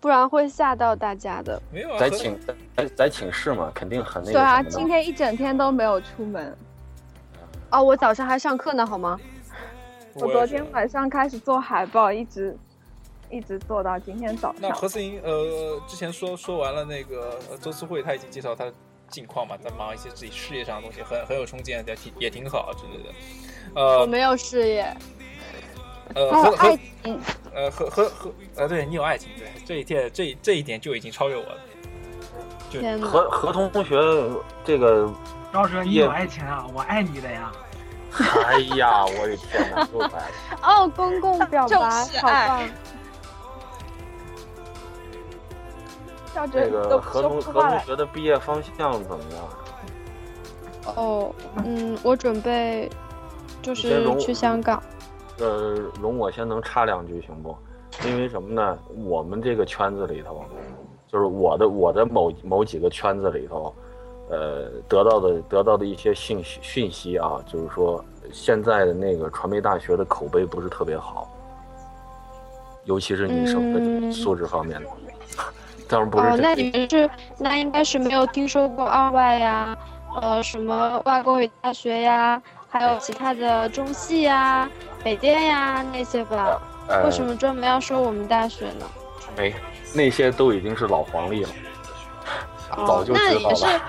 不然会吓到大家的。
没有啊，
在
和
寝在在寝室嘛，肯定很那
对啊，
个什
今
么的。
天一整天都没有出门，
哦，我早上还上课呢，好吗？
我
也
昨
是
天晚上开始做海报，一直一直做到今天早
那
上。
何思莹，呃，之前说说完了那个呃周思慧，她已经介绍她的近况嘛，在忙一些自己事业上的东西，很很有冲劲，也挺也挺好之类的。
我
呃
没有事业，
呃，
还
何
有哦爱
何
情，
呃何何何呃，对你有爱情，对这一点这这一点就已经超越我了。对
天 哪！
何何同同学，这个，
赵哲，你有爱情啊，我爱你的呀。
哎呀，我的天哪，又来 了！
哦，公共
表
就
白
是
好
爱，
笑着
这个
都
何
说
同
不
何
出话
同
来。
学的毕业方向怎么样？
哦，嗯，我准备就
你先
是
容
去香港。
呃，容我先能插两句行不？因为什么呢？我们这个圈子里头，就是我的我的某某几个圈子里头，呃，得到的得到的一些信息讯息啊，就是说现在的那个传媒大学的口碑不是特别好，尤其是女生的
嗯
素质方面的。当然不是
哦，
这
那你们是那应该是没有听说过二外呀，呃，什么外国语大学呀，还有其他的中戏呀、北电呀那些吧？
呃
为什么专门要说我们大学呢？
没那些都已经是老黄历了，早就
哦那
知道
也是
了。，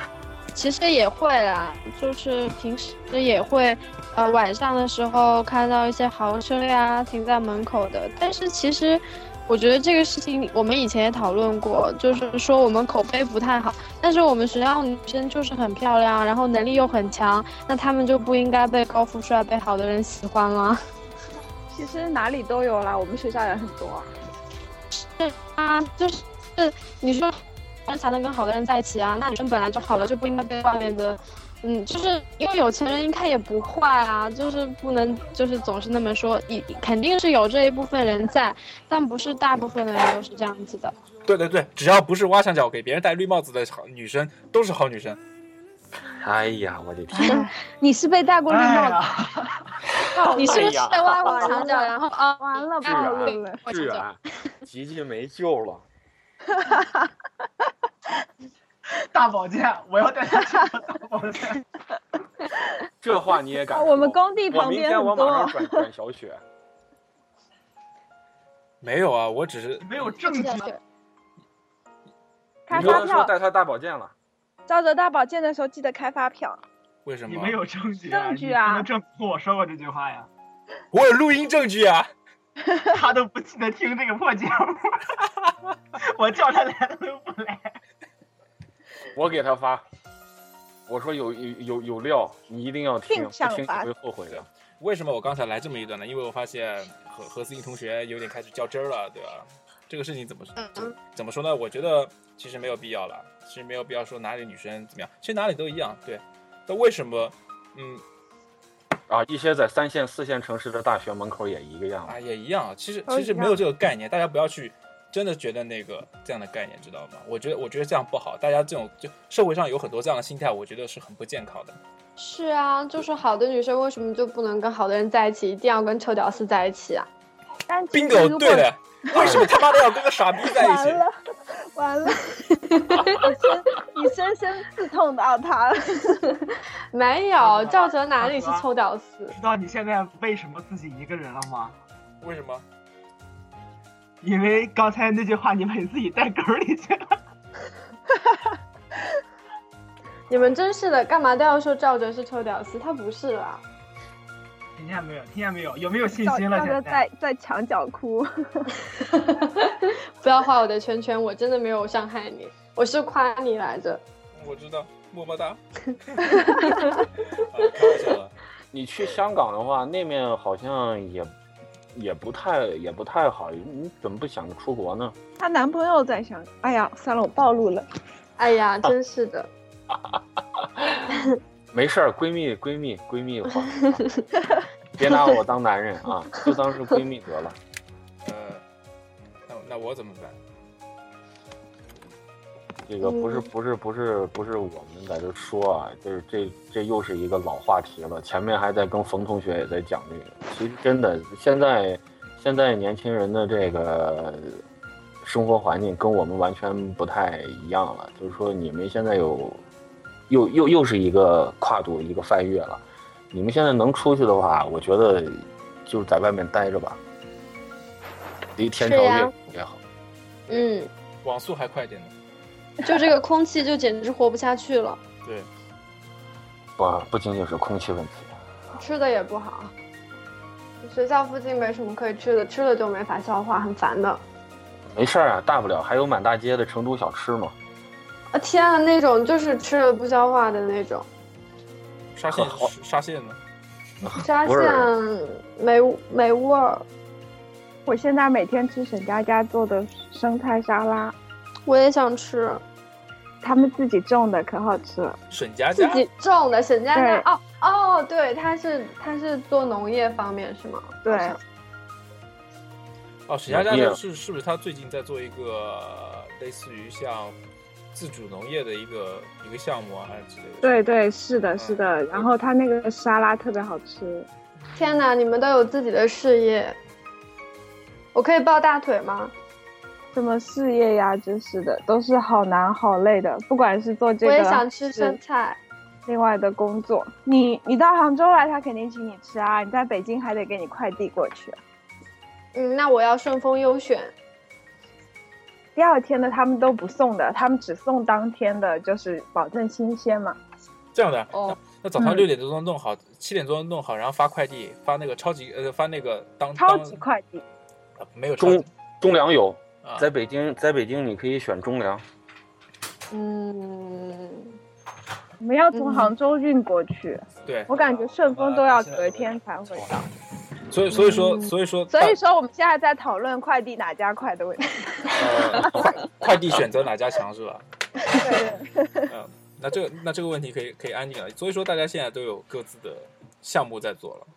其实也会啦，就是平时也会，呃，晚上的时候看到一些豪车呀停在门口的。但是其实，我觉得这个事情我们以前也讨论过，就是说我们口碑不太好，但是我们学校女生就是很漂亮，然后能力又很强，那她们就不应该被高富帅、被好的人喜欢了。
其实哪里都有啦，我们学校也很多啊。
是啊，就是你说人才能跟好的人在一起啊，那女生本来就好了，就不应该被外面的，嗯，就是因为有钱人应该也不坏啊，就是不能就是总是那么说，一肯定是有这一部分人在，但不是大部分的人都是这样子的。
对对对，只要不是挖墙脚给别人戴绿帽子的好女生，都是好女生。
哎呀，我的天！
你是被戴过绿帽
哎
子
呀，
的？
你是不是在挖我
完
墙角，
了
然后啊，
完了，
哎
暴露
对
啊
了。
我
志
墙角
远，吉吉没救了，
大保健，我要带他去做大保健。
这话你也敢说？
哦我们工地旁
我明
边
天
很
我马
多
上。转转小 雪。
没有啊，我只是
没有 证据，啊
开
你不
发
能说
票，
带他大保健了，
照着大保健的时候记得开发票。
为什
你
么？
没，有证据、
证据
啊！
啊
你不能证明我说过这句话 呀。
我有录音证据啊。
他都不记得听这个破节目， 我叫他来他都不来。
我给他发。我说有有有有料，你一定要听，
定
不
向
听你
发
会后悔的。
为什么我刚才来这么一段呢？因为我发现何何思颖同学有点开始较真儿了，对吧？这个事情怎么
嗯
怎么说呢？我觉得其实没有必要了，其实没有必要说哪里女生怎么样，其实哪里都一样，对。那为什么？嗯
啊，一些在三线、四线城市的大学门口也一个样。
哎
啊，也一样啊。其实
都
其实
一样
没有这个概念，大家不要去真的觉得那个这样的概念，知道吗？我觉得我觉得这样不好，大家这种就社会上有很多这样的心态，我觉得是很不健康的。
是啊，就是好的女生为什么就不能跟好的人在一起，一定要跟臭屌丝在一起啊？
但其实
bingo，
如果
对的。啊为什么他妈的要跟个傻逼在一
完
起？
了，完了，你深你深深刺痛到他了。
没有，赵哲哪里是臭屌丝？
知道你现在为什么自己一个人了吗？
为什么？
因为刚才那句话你把你自己带沟里去了。
你们真是的，干嘛都要说赵哲是臭屌丝？他不是 啦。
听见没有？听见没有？有没有信
赵
心了？
赵哥
现在
在在墙角哭，
不要画我的圈圈，我真的没有伤害你，我是夸你来着。
我知道，么么哒。啊开玩笑啊的。
你去香港的话，那面好像也也不太也不太好。你怎么不想着出国呢？
她男朋友在想，哎呀，算了，我暴露了。
哎呀，真是的，
没事儿，闺蜜闺蜜闺蜜 话，别拿我当男人啊，就当是闺蜜得了。
呃，那那我怎么办？
这个不是
嗯
不是不是不是我们在这说啊，就是这这又是一个老话题了。前面还在跟冯同学也在讲这个，其实真的现在现在年轻人的这个生活环境跟我们完全不太一样了。就是说你们现在有又又又是一个跨度一个翻越了。你们现在能出去的话，我觉得就是在外面待着吧，离天
是
朝
呀
越也好。
嗯，
网速还快点呢。
就这个空气就简直活不下去了，
对，
不不仅仅是空气问题。
吃的也不好。学校附近没什么可以吃的，吃了就没法消化，很烦的。
没事儿啊，大不了还有满大街的成都小吃嘛。
啊天啊，那种就是吃了不消化的那种
沙县沙县呢？
沙
味
县没没味儿，
我现在每天吃沈佳佳做的生菜沙拉，
我也想吃
他们自己种的，可好吃了。
沈佳
自
佳
己种的沈家
对
家哦哦，对，他是他是做农业方面是吗？
对
好像
哦，沈佳佳
农业
是是不是她最近在做一个类似于像自主农业的一个一个项目啊，还是之类的？
对对，是的，是的。然后他那个沙拉特别好吃，
天哪，你们都有自己的事业，我可以抱大腿吗？
什么事业呀，真是的，都是好难好累的。不管是做这
我
个，
也想吃生
是
菜。
另外的工作。你你到杭州来，他肯定请你吃啊。你在北京还得给你快递过去。啊
嗯，那我要顺丰优选。
第二天的他们都不送的，他们只送当天的，就是保证新鲜嘛。
这样的。啊
哦
那那早上
嗯
六点多钟弄好，七点钟弄好，然后发快递，发那个超级呃发那个当
超
当
级快递，
啊没有超
中
级
中粮有，
啊
在北京，在北京你可以选中粮。
嗯，
我们要
嗯
从杭州运过去，
对，
我感觉顺丰都要隔天才会到。
所以所以说
嗯
所以说
所以
大
说，我们现在在讨论快递哪家快的问题。
呃 快快递选择哪家强是吧？
对，
嗯，那这个那这个问题可以可以安静了。所以说大家现在都有各自的项目在做了，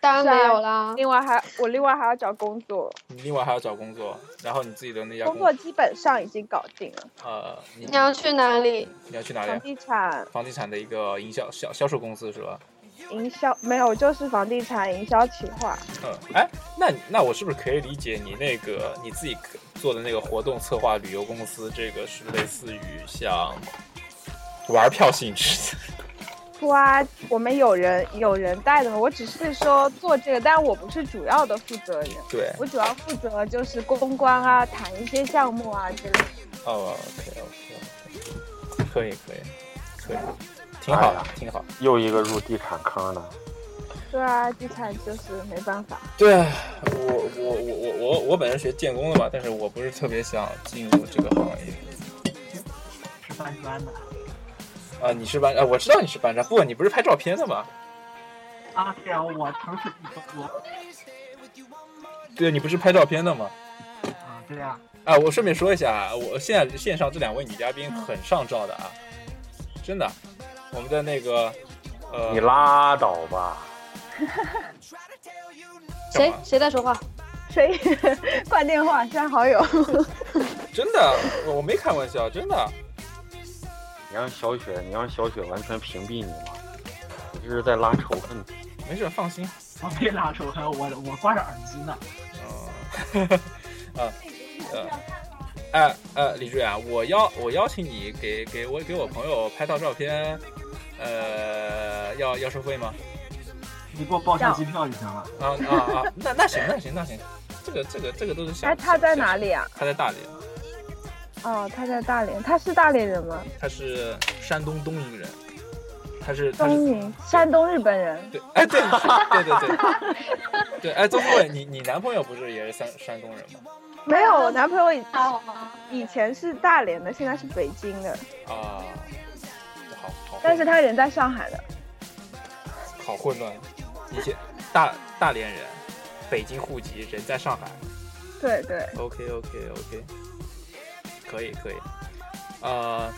当然
是啊
没有啦。
另外还我另外还要找工作，
你另外还要找工作，然后你自己的那家
工
公
作基本上已经搞定了，
呃，你
你要去哪里？
你要去哪里
房
啊？
地产
房地产的一个营销销销售公司是吧？
营销没有，就是房地产营销企划。
嗯，哎，那那我是不是可以理解你那个你自己可做的那个活动策划旅游公司，这个是类似于像玩票性质的？
出啊，我们有人有人带的嘛，我只是说做这个，但我不是主要的负责人，
对，
我主要负责就是公关啊，谈一些项目啊之类的。
哦，OK OK，可以可以可以，挺好的
哎呀，
挺好。
又一个入地产坑了。
对啊，地产就是没办法。
对啊，我我我我我我本人学电工的嘛，但是我不是特别想进入这个行业。
是搬砖的
啊，你是班啊？我知道你是班长，不，你不是拍照片的吗？
啊，对啊，我腾讯我
对，你不是拍照片的吗？
啊，对啊，
啊，我顺便说一下啊，我现在线上这两位女嘉宾很上照的啊，真的，我们的那个呃，
你拉倒吧！
干
谁
嘛？
谁在说话？
谁 挂电话删好友？
真的，我我没开玩笑，真的。
你让小雪，你让小雪完全屏蔽你吗？你这是在拉仇恨。
没事，放心。
我没拉仇恨，我我挂着耳机呢。
嗯，啊，呃，哎呃，李志远，我邀我邀请你给给我给我朋友拍套照片，呃，要要收费吗？
你给我报销机票就行了。
啊啊啊，那那行那行那行，这个这个这个都是小。
哎，他在哪？里啊？
他在大连，
哦，他在大连，他是大连人吗？
他是山东东营人，他是他是
东宁，山东日本人。
对，哎对对对对对，哎周慧，你你男朋友不是也是山山东人吗？
没有，我男朋友以
哦
好吗？
以前是大连的，现在是北京的，
啊，好好，
但是他人在上海的。
好混乱，一些大大连人，北京户籍，人在上海。
对对，
OK OK OK，可以可以，呃，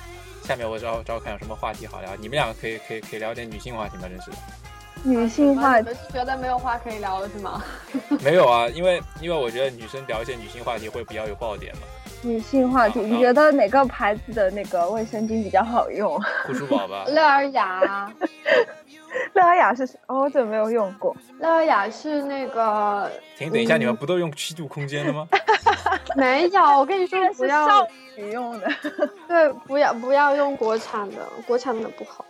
下面我找找看有什么话题好聊，你们两个可以可以可以聊点女性话题吗？真是的。
女性化
你们是觉得没有话可以聊了是吗？
没有啊，因为因为我觉得女生聊一些女性话题会比较有爆点嘛。
女性话题，
好
你觉得哪个牌子的那个卫生巾比较好用？
护舒宝 吧，
乐尔
啊
雅，
乐尔雅是什哦，我怎么没有用过？
乐尔雅是那个
停，等一下，你们不都用七度空间的吗？
没有，我跟你 说
这个
不
是
要
少，女用的，
对，不要不要用国产的，国产的不好。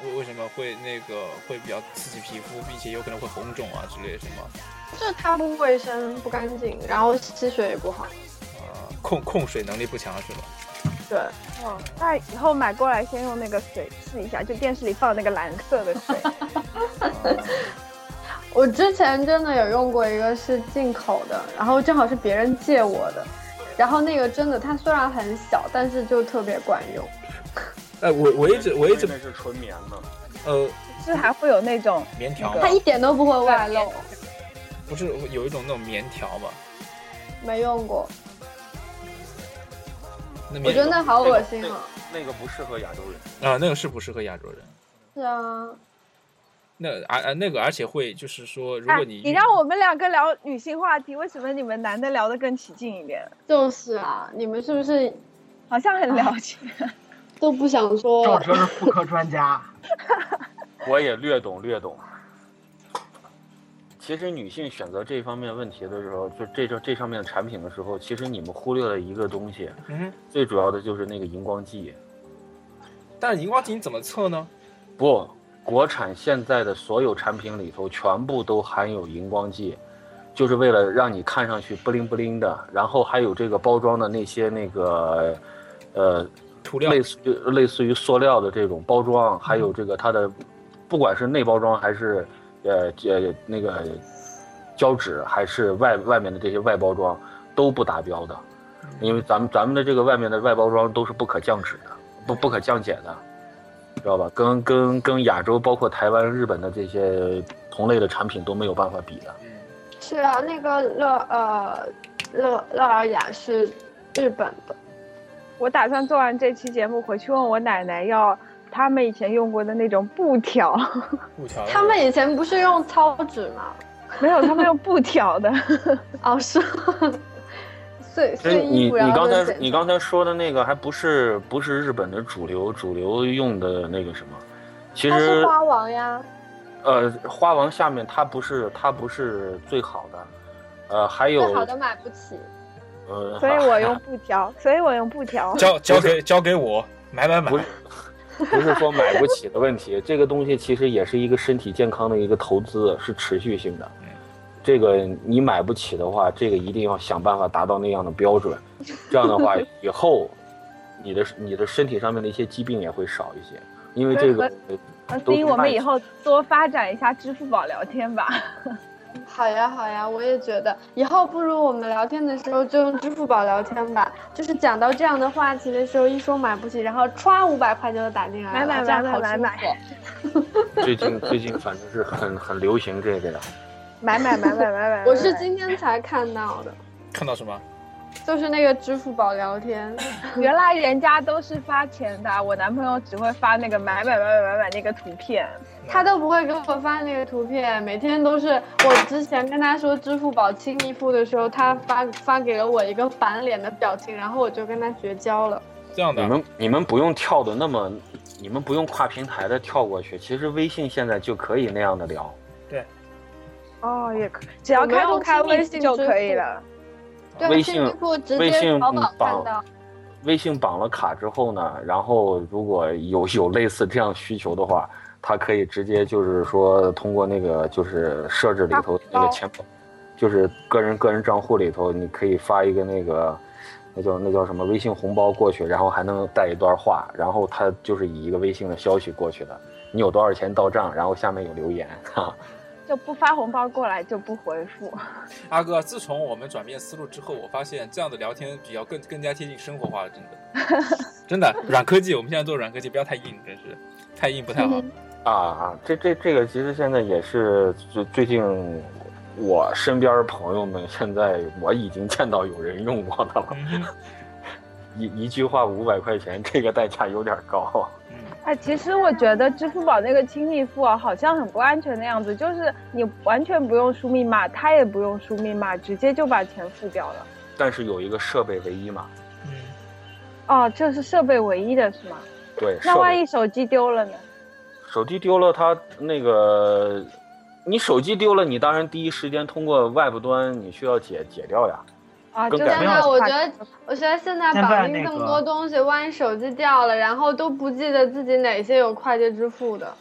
为为什么会那个会比较刺激皮肤，并且有可能会红肿啊之类的什么
就是它不卫生、不干净，然后吸水也不好。
啊、控控水能力不强是吧？
对，
哦， 那以后买过来先用那个水试一下，就电视里放那个蓝色的 水。
我之前真的有用过一个是进口的，然后正好是别人借我的，然后那个真的它虽然很小，但是就特别管用。
哎，我我一直我一直
那是纯棉的。
呃
是还会有那种
棉条嘛
它，一点都不会外漏，
不是有一种那种棉条嘛？
没用过，
那棉
我觉得那
哦
好恶心啊！
那个不适合亚洲人。
啊、那个是不适合亚洲人。
是啊，
那而、啊、那个而且会就是说，如
哎
果你、
你让我们两个聊女性话题，为什么你们男的聊得更起劲一点？
就是啊，你们是不是
好像很了 解。
都不想
赵
说？
哲是妇科专家，
我也略懂略懂。其实女性选择这方面问题的时候，就这这这上面的产品的时候，其实你们忽略了一个东西，
嗯，
最主要的就是那个荧光剂。
但是荧光剂你怎么测呢？
不，国产现在的所有产品里头全部都含有荧光剂，就是为了让你看上去不灵不灵的。然后还有这个包装的那些那个，呃，
涂料嗯
类似于类似于塑料的这种包装，还有这个它的，不管是内包装还是呃呃那个胶纸，还是外外面的这些外包装都不达标的，
嗯
因为咱们咱们的这个外面的外包装都是不可降脂的，不不可降解的，知道吧？跟跟跟亚洲包括台湾、日本的这些同类的产品都没有办法比的。
嗯，
是啊，那个乐呃乐乐尔雅是日本的，
我打算做完这期节目回去问我奶奶要他们以前用过的那种布条，
布条的
他们以前不是用草纸吗？
没有，他们用布条的。
哦，是， 碎
所以
碎
哎你
衣服，然
你
后
刚
就
才
剪
你刚才说的那个还不是不是日本的主流主流用的那个什么，其
它是
实
花王呀，
呃，花王下面它不是它不是最好的，呃，还有
最好的买不起。
呃，
所以我用布条，所以我用布条。
交交给交给我，买买买
不。是不是说买不起的问题，这个东西其实也是一个身体健康的一个投资，是持续性的
嗯。
这个你买不起的话，这个一定要想办法达到那样的标准，这样的 话以后你的你的身体上面的一些疾病也会少一些，因为这个
呃
都
所以
是
我
卖
们以后多发展一下支付宝聊天吧。
好呀，好呀，我也觉得，以后不如我们聊天的时候就用支付宝聊天吧。就是讲到这样的话题的时候，一说买不起，然后歘五百块就打进来
买
了，
买
这样
买
好
买
舒
买
服。
最近最近反正是很很流行这 个的。
买买买买买买买。
我是今天才看到的，
看到什么？
就是那个支付宝聊天，
嗯
原来人家都是发钱的，我男朋友只会发那个买买买买买买那个图片。
他都不会给我发那个图片，每天都是我之前跟他说支付宝清一付的时候，他发发给了我一个翻脸的表情，然后我就跟他绝交了。
这样
你
的，
们你们不用跳的那么，你们不用跨平台的跳过去，其实微信现在就可以那样的聊。
哦，也可，只要
我没
开
有
通
开
亲密
微信
就
支
可以
付
了。
对，啊
微
清一
信
付直
微
接
信嗯
淘宝看
绑
到，
微信绑了卡之后呢，然后如果有 有类似这样需求的话，它可以直接就是说通过那个就是设置里头那个钱包，就是个人个人账户里头，你可以发一个那个。那叫那叫什么微信红包过去，然后还能带一段话，然后它就是以一个微信的消息过去的。你有多少钱到账，然后下面有留言，哈哈。
就不发红包过来就不回复，
阿哥，自从我们转变思路之后，我发现这样的聊天比较更更加贴近生活化了，真的，真的。软科技，我们现在做软科技，不要太硬，真是太硬不太好。
啊啊，这这这个其实现在也是最最近我身边朋友们，现在我已经见到有人用过的了。
嗯哼
一一句话五百块钱，这个代价有点高。
嗯，
哎，其实我觉得支付宝那个亲密付啊，好像很不安全的样子，就是你完全不用输密码，他也不用输密码，直接就把钱付掉了。
但是有一个设备唯一嘛，
嗯，
哦，这是设备唯一的是吗？
对，
那
设
万
备
一手机丢了呢？
手机丢了它，那个你手机丢了，你当然第一时间通过 Web 端你需要解解掉呀。
啊，
更
这
改
个
不
太
要我
夸
觉得
张了
我觉得现在
现在
绑定
那
这
个
么多东西，万一手机掉了，然后都不记得自己哪些有快捷支付的，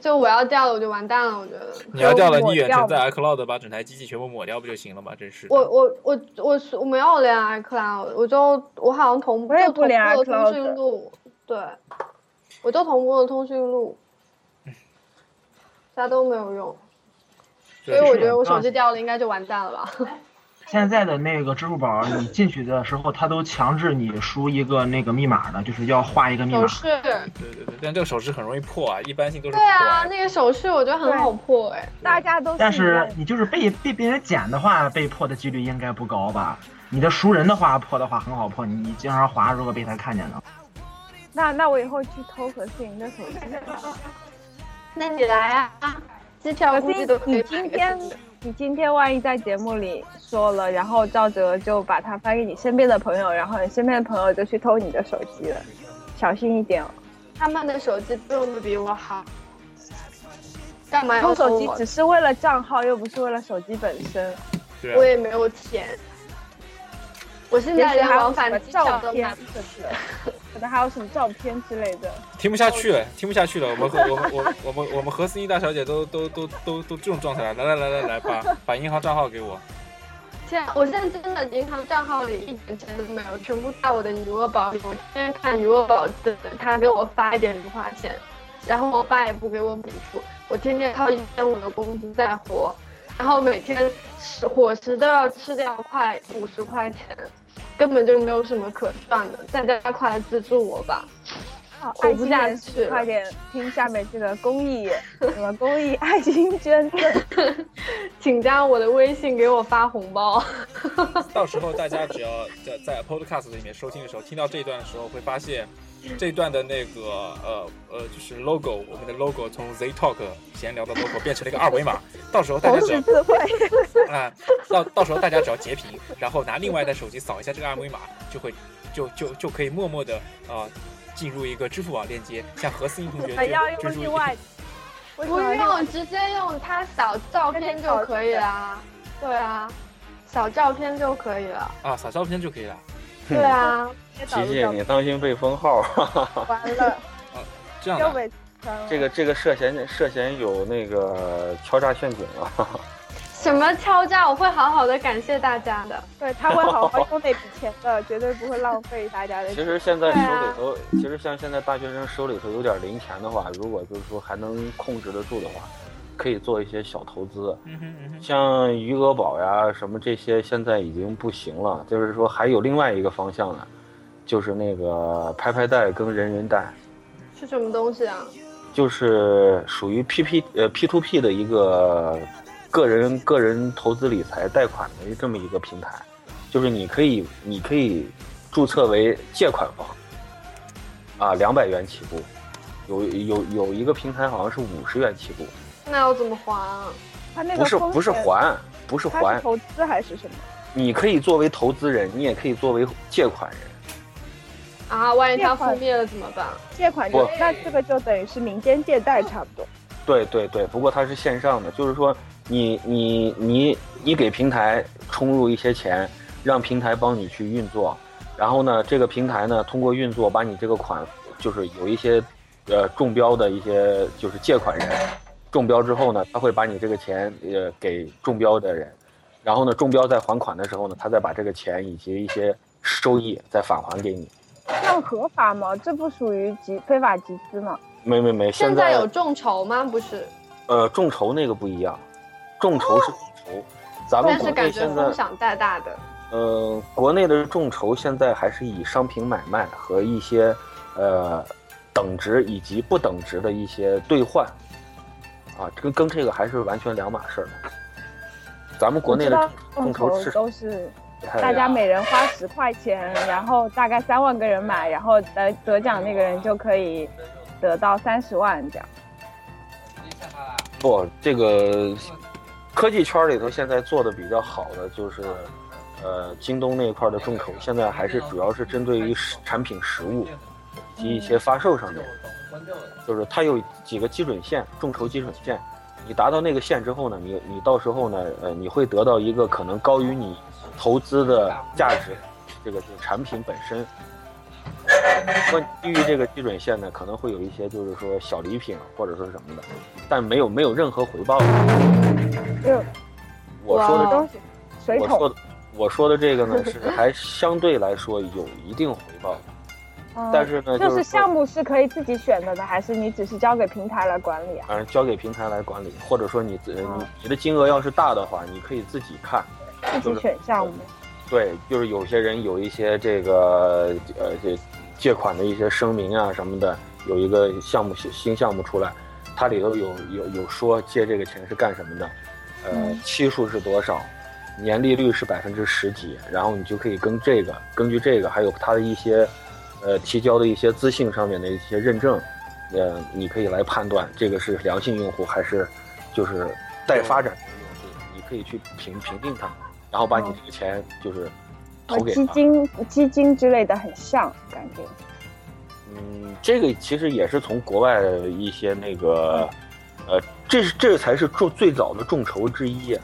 就我要掉了我就完蛋了。我觉得，
你要掉了，你
抹
远
掉
程
吗
在 iCloud 把整台机器全部抹掉不就行了吗？真是的。
我我我我是我没有连 iCloud，我就我好像同步
我也
就
不连
同步了
iCloud
通讯录，对，我就同步了通讯录，啥都没有用，所以
对
我觉得我手机掉了应该就完蛋了吧。
现在的那个支付宝，你进去的时候，它都强制你输一个那个密码的，就是要画一个密码
手。势，
对对对，但这个手势很容易破啊，一般性都是
对
破
啊，
啊。
那个手势我觉得很好破哎。
大家都
但
一
是
样的
你就是被被别人捡的话，被破的几率应该不高吧？你的熟人的话破的话很好破，你经常划，如果被他看见了，
那那我以后去偷何思莹的手 机。
那你来啊，机票
可
估计都
是
可以
你
买
今
个
天
手机，
你今天万一在节目里说了，然后赵哲就把它发给你身边的朋友，然后你身边的朋友就去偷你的手机了，小心一点哦。
他们的手机用的比我好，干嘛要
偷
偷
手机
哎我
只是为了账号，又不是为了手机本身。
对
我
啊，
也没有钱，我现
也
在
许
连
还有
往
什么
返机票
照
都
片
买。
之类的，可能还有什么照片之类的。
听不下去了，听不下去了。我们和我们我我们我们何思怡大小姐都都都都都这种状态了，来来来来来，把 把银行账号给我。
现在我现在真的银行账号里一点钱都没有，全部在我的余额宝里。我天天看余额宝的，他给我发一点零花钱，然后我爸也不给我补助，我天天靠一千五的工资在活，然后每天食伙食都要吃掉快五十块钱，根本就没有什么可赚的。大家快来资助我吧！
好，
活不下
哦爱心人
去了
快点听下面这个公益 什么公益爱心捐 赠。
请加我的微信给我发红包。
到时候大家只要在在 Podcast 里面收听的时候，听到这一段的时候，会发现这一段的那个呃呃，就是 logo，我们的 logo 从 Z Talk 闲聊的 logo 变成了一个二维码。到时候大家
同
只
时 自慧，
要啊、到到时候大家只要截屏，然后拿另外一台手机扫一下这个二维码，就会就就就可以默 默的啊、呃进入一个支付宝链接，向何思英同
我
学
们要
追
用
追
另
逐
外
不用，直接用它扫照片就可以啦。对啊，扫照片就可以了。
啊，扫照片就可以了。
对啊，
琪琪，你当心被封号，
完了，
这样
又
的，
被坑了。
这个这个涉嫌涉嫌有那个敲诈陷阱啊！
什么敲诈，我会好好的感谢大家的。
对他会好好用那笔钱的，绝对不会浪费大家的
其
钱。
实现在
对
手
啊
里头，其实像现在大学生手里头有点零钱的话，如果就是说还能控制得住的话，可以做一些小投资。
嗯哼嗯哼，
像余额宝呀什么这些，现在已经不行了。就是说还有另外一个方向呢，就是那个拍拍贷跟人人贷，
是什么东西啊？
就是属于 P P 呃 P to P 的一个个人个人投资理财贷款的这么一个平台，就是你可以你可以注册为借款方，啊，两百元起步，有有有一个平台好像是五十元起步，
那要怎么还啊？
他那个
不是
风险
不是，还不是
他
还
是，投资还是什么？
你可以作为投资人，你也可以作为借款人。
啊，万一它覆灭了怎么办？
借款就
不
那这个就等于是民间借贷差不多。
对对对，不过它是线上的，就是说你你你你给平台充入一些钱，让平台帮你去运作，然后呢，这个平台呢通过运作把你这个款就是有一些呃中标的一些就是借款人中标之后呢，他会把你这个钱呃给中标的人，然后呢中标在还款的时候呢，他再把这个钱以及一些收益再返还给你。
这样合法吗？这不属于集非法集资吗？
没没没，
现
现
在有众筹吗？不是，
呃，众筹那个不一样，众筹是众筹，咱们
但
国
是
内
感觉
现
风
在，
险大大的。
呃，国内的众筹现在还是以商品买卖和一些呃等值以及不等值的一些兑换，啊，这个跟这个还是完全两码事儿的。咱们国内的
众
众
筹
筹市场
都是
不太
大
一样
家每人花十块钱，然后大概三万个人买，然后得得奖那个人就可以得到三十万这样。
不，这个科技圈里头现在做的比较好的就是，呃，京东那一块的众筹，现在还是主要是针对于实产品实物以及一些发售上面，
嗯
就是它有几个基准线，众筹基准线，你达到那个线之后呢，你你到时候呢，呃，你会得到一个可能高于你投资的价值，这个就是产品本身。那低于这个基准线呢，可能会有一些就是说小礼品或者说什么的，但没有没有任何回报。
就
我说的
哇
东西水
我
桶，
说的我说的这个呢，是还相对来说有一定回报的，但
嗯
是呢，
就
说
是项目是可以自己选的呢，还是你只是交给平台来管理啊？
反正交给平台来管理，或者说你自
哦
你你的金额要是大的话，你可以自己看。
自己选项目。
对，就是有些人有一些这个呃这借款的一些声明啊什么的，有一个项目新新项目出来，它里头有有有说借这个钱是干什么的，呃，期数是多少，年利率是百分之十几，然后你就可以跟这个根据这个还有它的一些呃提交的一些资信上面的一些认证，呃，你可以来判断这个是良性用户还是就是待发展的用户，你可以去评评定它。然后把你这个钱就是
和
投给
基
他。
金、基金之类的很像，感觉。
嗯，这个其实也是从国外的一些那个，呃，这是这才是众最早的众筹之一。啊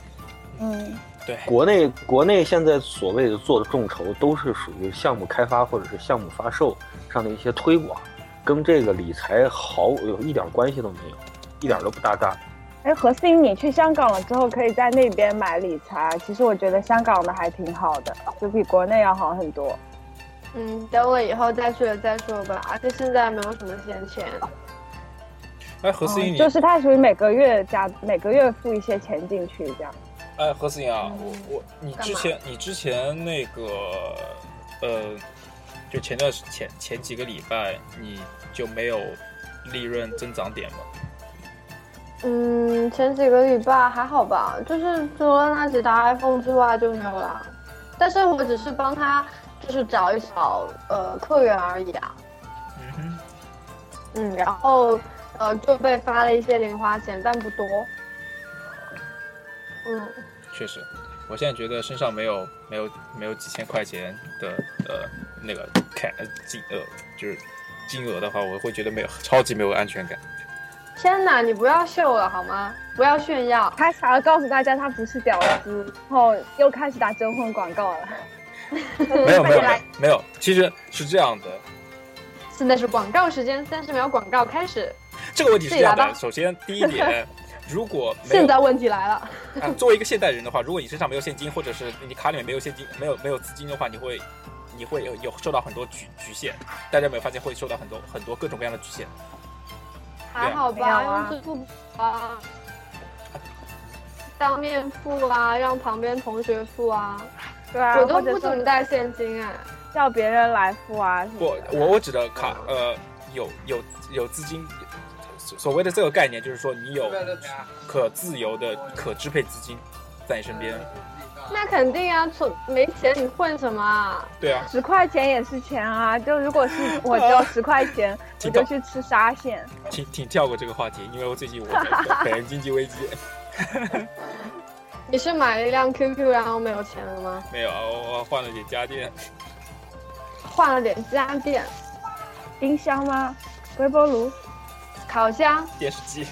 嗯，
对，
国内国内现在所谓的做的众筹，都是属于项目开发或者是项目发售上的一些推广，跟这个理财毫有一点关系都没有，一点都不搭嘎。
哎，何欣，你去香港了之后，可以在那边买理财。其实我觉得香港的还挺好的，就比国内要好很多。
嗯，等我以后再去了再说吧。而且现在没有什么闲钱，
哎，何思颖，你
哦啊就是它属于每个月加每个月付一些钱进去这样。
哎，何思颖
嗯
啊，我我你
干
之
嘛
前你之前那个呃，就前段时前前几个礼拜你就没有利润增长点吗？
嗯，前几个礼拜还好吧，就是除了那几台 iPhone 之外就没有啦。但是我只是帮他就是找一找呃客源而已啊，
嗯哼，
嗯，然后呃就被发了一些零花钱，但不多。嗯，
确实，我现在觉得身上没有没有没有几千块钱的呃那个呃看金额就是金额的话，我会觉得没有超级没有安全感。
天哪，你不要秀了好吗？不要炫耀。
他想要告诉大家他不是屌丝，然后又开始打征婚广告了。
嗯
没有没有没有没有，其实是这样的，
现在是广告时间，三十秒广告开始。
这个问题是这样
自己来
的。
吧
首先第一点，如果没有
现在问题来了，
啊，作为一个现代人的话，如果你身上没有现金，或者是你卡里面没有现金、没有没有资金的话，你会你会有有受到很多局局限。大家有没有发现会受到很多很多各种各样的局限？
还好
没有
吧？
啊
用支付宝啊，当面付啊，让旁边同学付啊，
对啊，
我都
或者
不怎么
是
带现金哎。
叫别人来付啊什
不
么，的。
我我指的卡呃有有有资金，所所谓的这个概念就是说你有可自由的可支配资金在你身边。
那肯定啊，存没钱你混什么啊？
对啊，
十块钱也是钱啊！就如 果是我只有十块 钱，我
听到
就去吃沙县。
挺挺跳过这个话题，因为我最近我在 本人经济危机
你是买了一辆 QQ 然后没有钱了吗？
没有，啊，我我换了点家电。
换了点家电、
冰箱吗？微波炉？
烤箱。
电视机，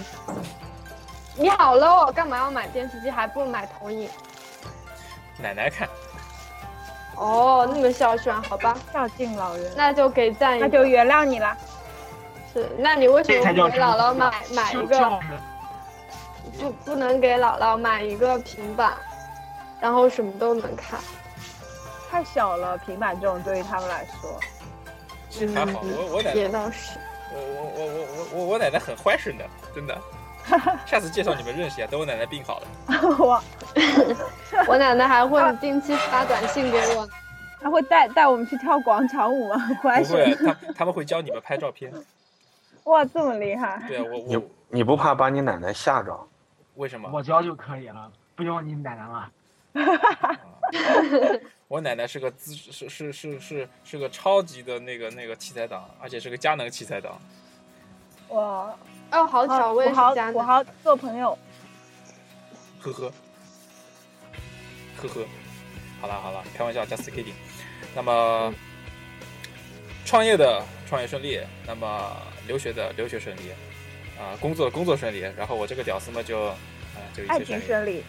你好 low，哦干嘛要买电视机？还不如买投影。
奶奶看，
哦，那么孝顺，好吧，
孝敬老人，
那就给赞一
那
个。
就原谅你啦。
是，那你为什
这才
么
叫
不给姥姥买买一个？
就是
不不能给姥姥买一个平板，然后什么都能看。
太小了，平板这种对于他们来说，
还好我我奶奶
嗯也 倒是。
我我我我我我我奶奶很坏顺的，真 的。下次介绍你们认识一下，等我奶奶病好了。
哇，
我奶奶还会定期发短信给我。
他会带带我们去跳广场舞吗？ 怀
不会，
是
他他们会教你们拍照片。
哇，这么厉害！
对啊，我我
你你不怕把你奶奶吓着？
为什么？
我教就可以了，不用你奶奶了。
我奶奶是个资是是是是是个超级的那个那个器材党，而且是个佳能器材党。
哇，
哦，好巧，我也
土
是
豪
家
土
的。
豪做朋友，
呵呵，呵呵，好啦好啦，开玩笑，just kidding。那么，创业的创业顺利，那么留学的留学顺利，啊、工作的工作顺利，然后我这个屌丝嘛就，啊、就一
爱
切
情
顺利。
顺利。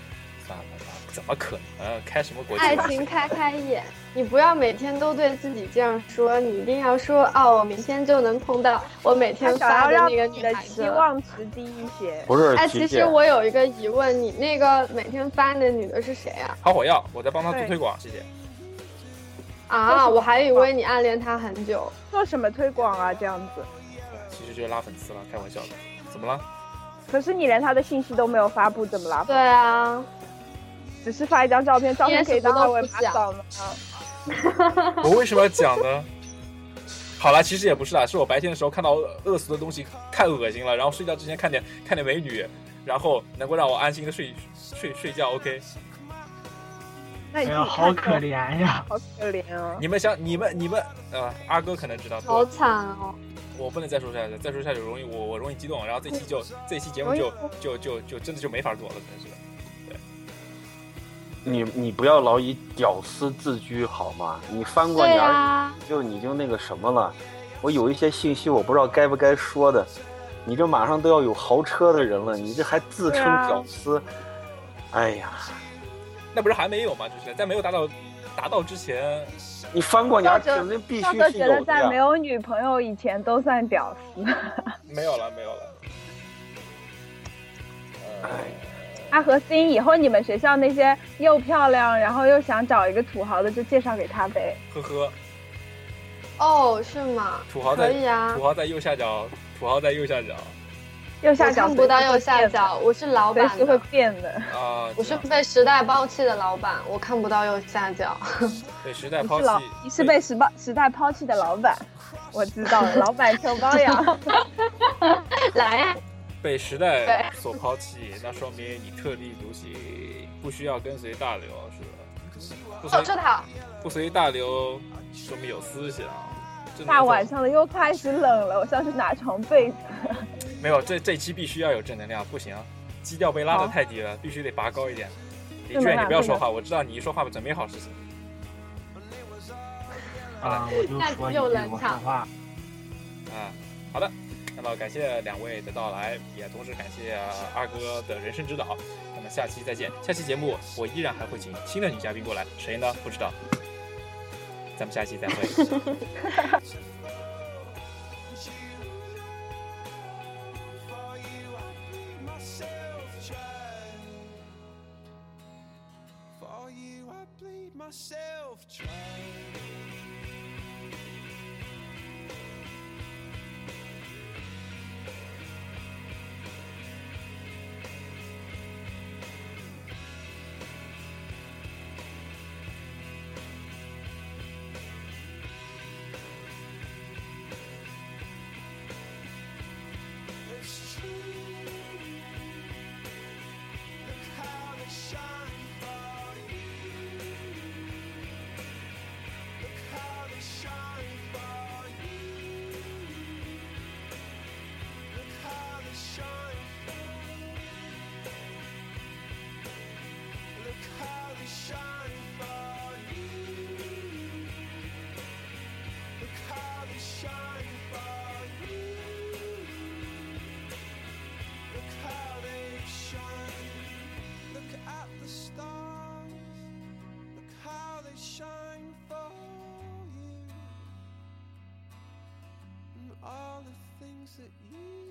算了吧，啊怎么可能？开什么国际
爱
关系
情开开眼，你不要每天都对自己这样说，你一定要说哦，我明天就能碰到我每
他
天
想要
发
让
那个
自己
女
的
孩
期
子。
望值低一些。
不是，
哎，
琪
其
琪
实我有一个疑问，你那个每天发的女的是谁啊？
好火药，我在帮他做推广，谢谢。
啊，我还以为你暗恋她很
哦
久。
做什么推广啊？这样子，
其实就是拉粉丝了，开玩笑的。怎么了？
可是你连他的信息都没有发布，怎么啦？
对啊，
只是发一张照片，照片可以当二维码扫吗？
我为什么要讲呢？好啦，其实也不是啦，是我白天的时候看到恶俗的东西太恶心了，然后睡觉之前看点看点美女，然后能够让我安心的睡睡睡觉。OK，
那
哎
你自己
呀，
看
好
看
可，怜呀！
好可怜啊！
你们想你们你们呃，阿哥可能知道，
好
我
惨哦。
我不能再说下去，再说下去容易我我容易激动，然后这期就
嗯
这期节目就就就就真的就没法做了，真是的。
你你不要老以屌丝自居好吗？你翻过
对
年儿、
啊，
就你就那个什么了。我有一些信息我不知道该不该说的，你这马上都要有豪车的人了，你这还自称
对啊
屌丝？哎呀，
那不是还没有吗？就是在没有达到达到之前，
你翻过年儿
赵哲
肯定必
赵
须
哥
是
觉
有
得
的
在没
呀。
有女朋友以前都算屌丝，
没有了，没有了。
哎
阿和欣，以后你们学校那些又漂亮，然后又想找一个土豪的，就介绍给他呗。
呵呵，
哦，是吗？
土豪在、
可以啊
土。豪在右下角，土豪在右下角
右下角
我看不到右下角，我是老
随
板
时会
的，
变的，
啊！
我是被时代抛弃的老板，我看不到右下角。
被时代
你
抛
是
弃
老，你是被时代时代抛弃的老板。我知道了，老板求包养。
来呀，
被时代所抛弃，那说明你特立独行，不需要跟随大流，是吧？不
哦，这
随
好，
不随大流，说明有啊思想。这
大晚上的又开始冷了，我上去拿床被子。
没有这这期必须要有正能量，不行，啊基调被拉的太低了，必须得拔高一点。李
正能
娟，
量
你不要说话，我知道你一说话准没好事情。
啊，我就说一句，我说话。
啊，好的，那么感谢两位的到来，也同时感谢呃二哥的人生指导。那么下期再见。下期节目我依然还会请新的女嘉宾过来，谁呢？不知道。咱们下期再会。
For you, I bleed myself dry. It's true. Look how they shine for you. Look how they shine for you. Look how they shine for you. Look how they shine for you. Look how they shine for you. Look how they shine. Look at the stars. Look how they shine for you. And all the things that you.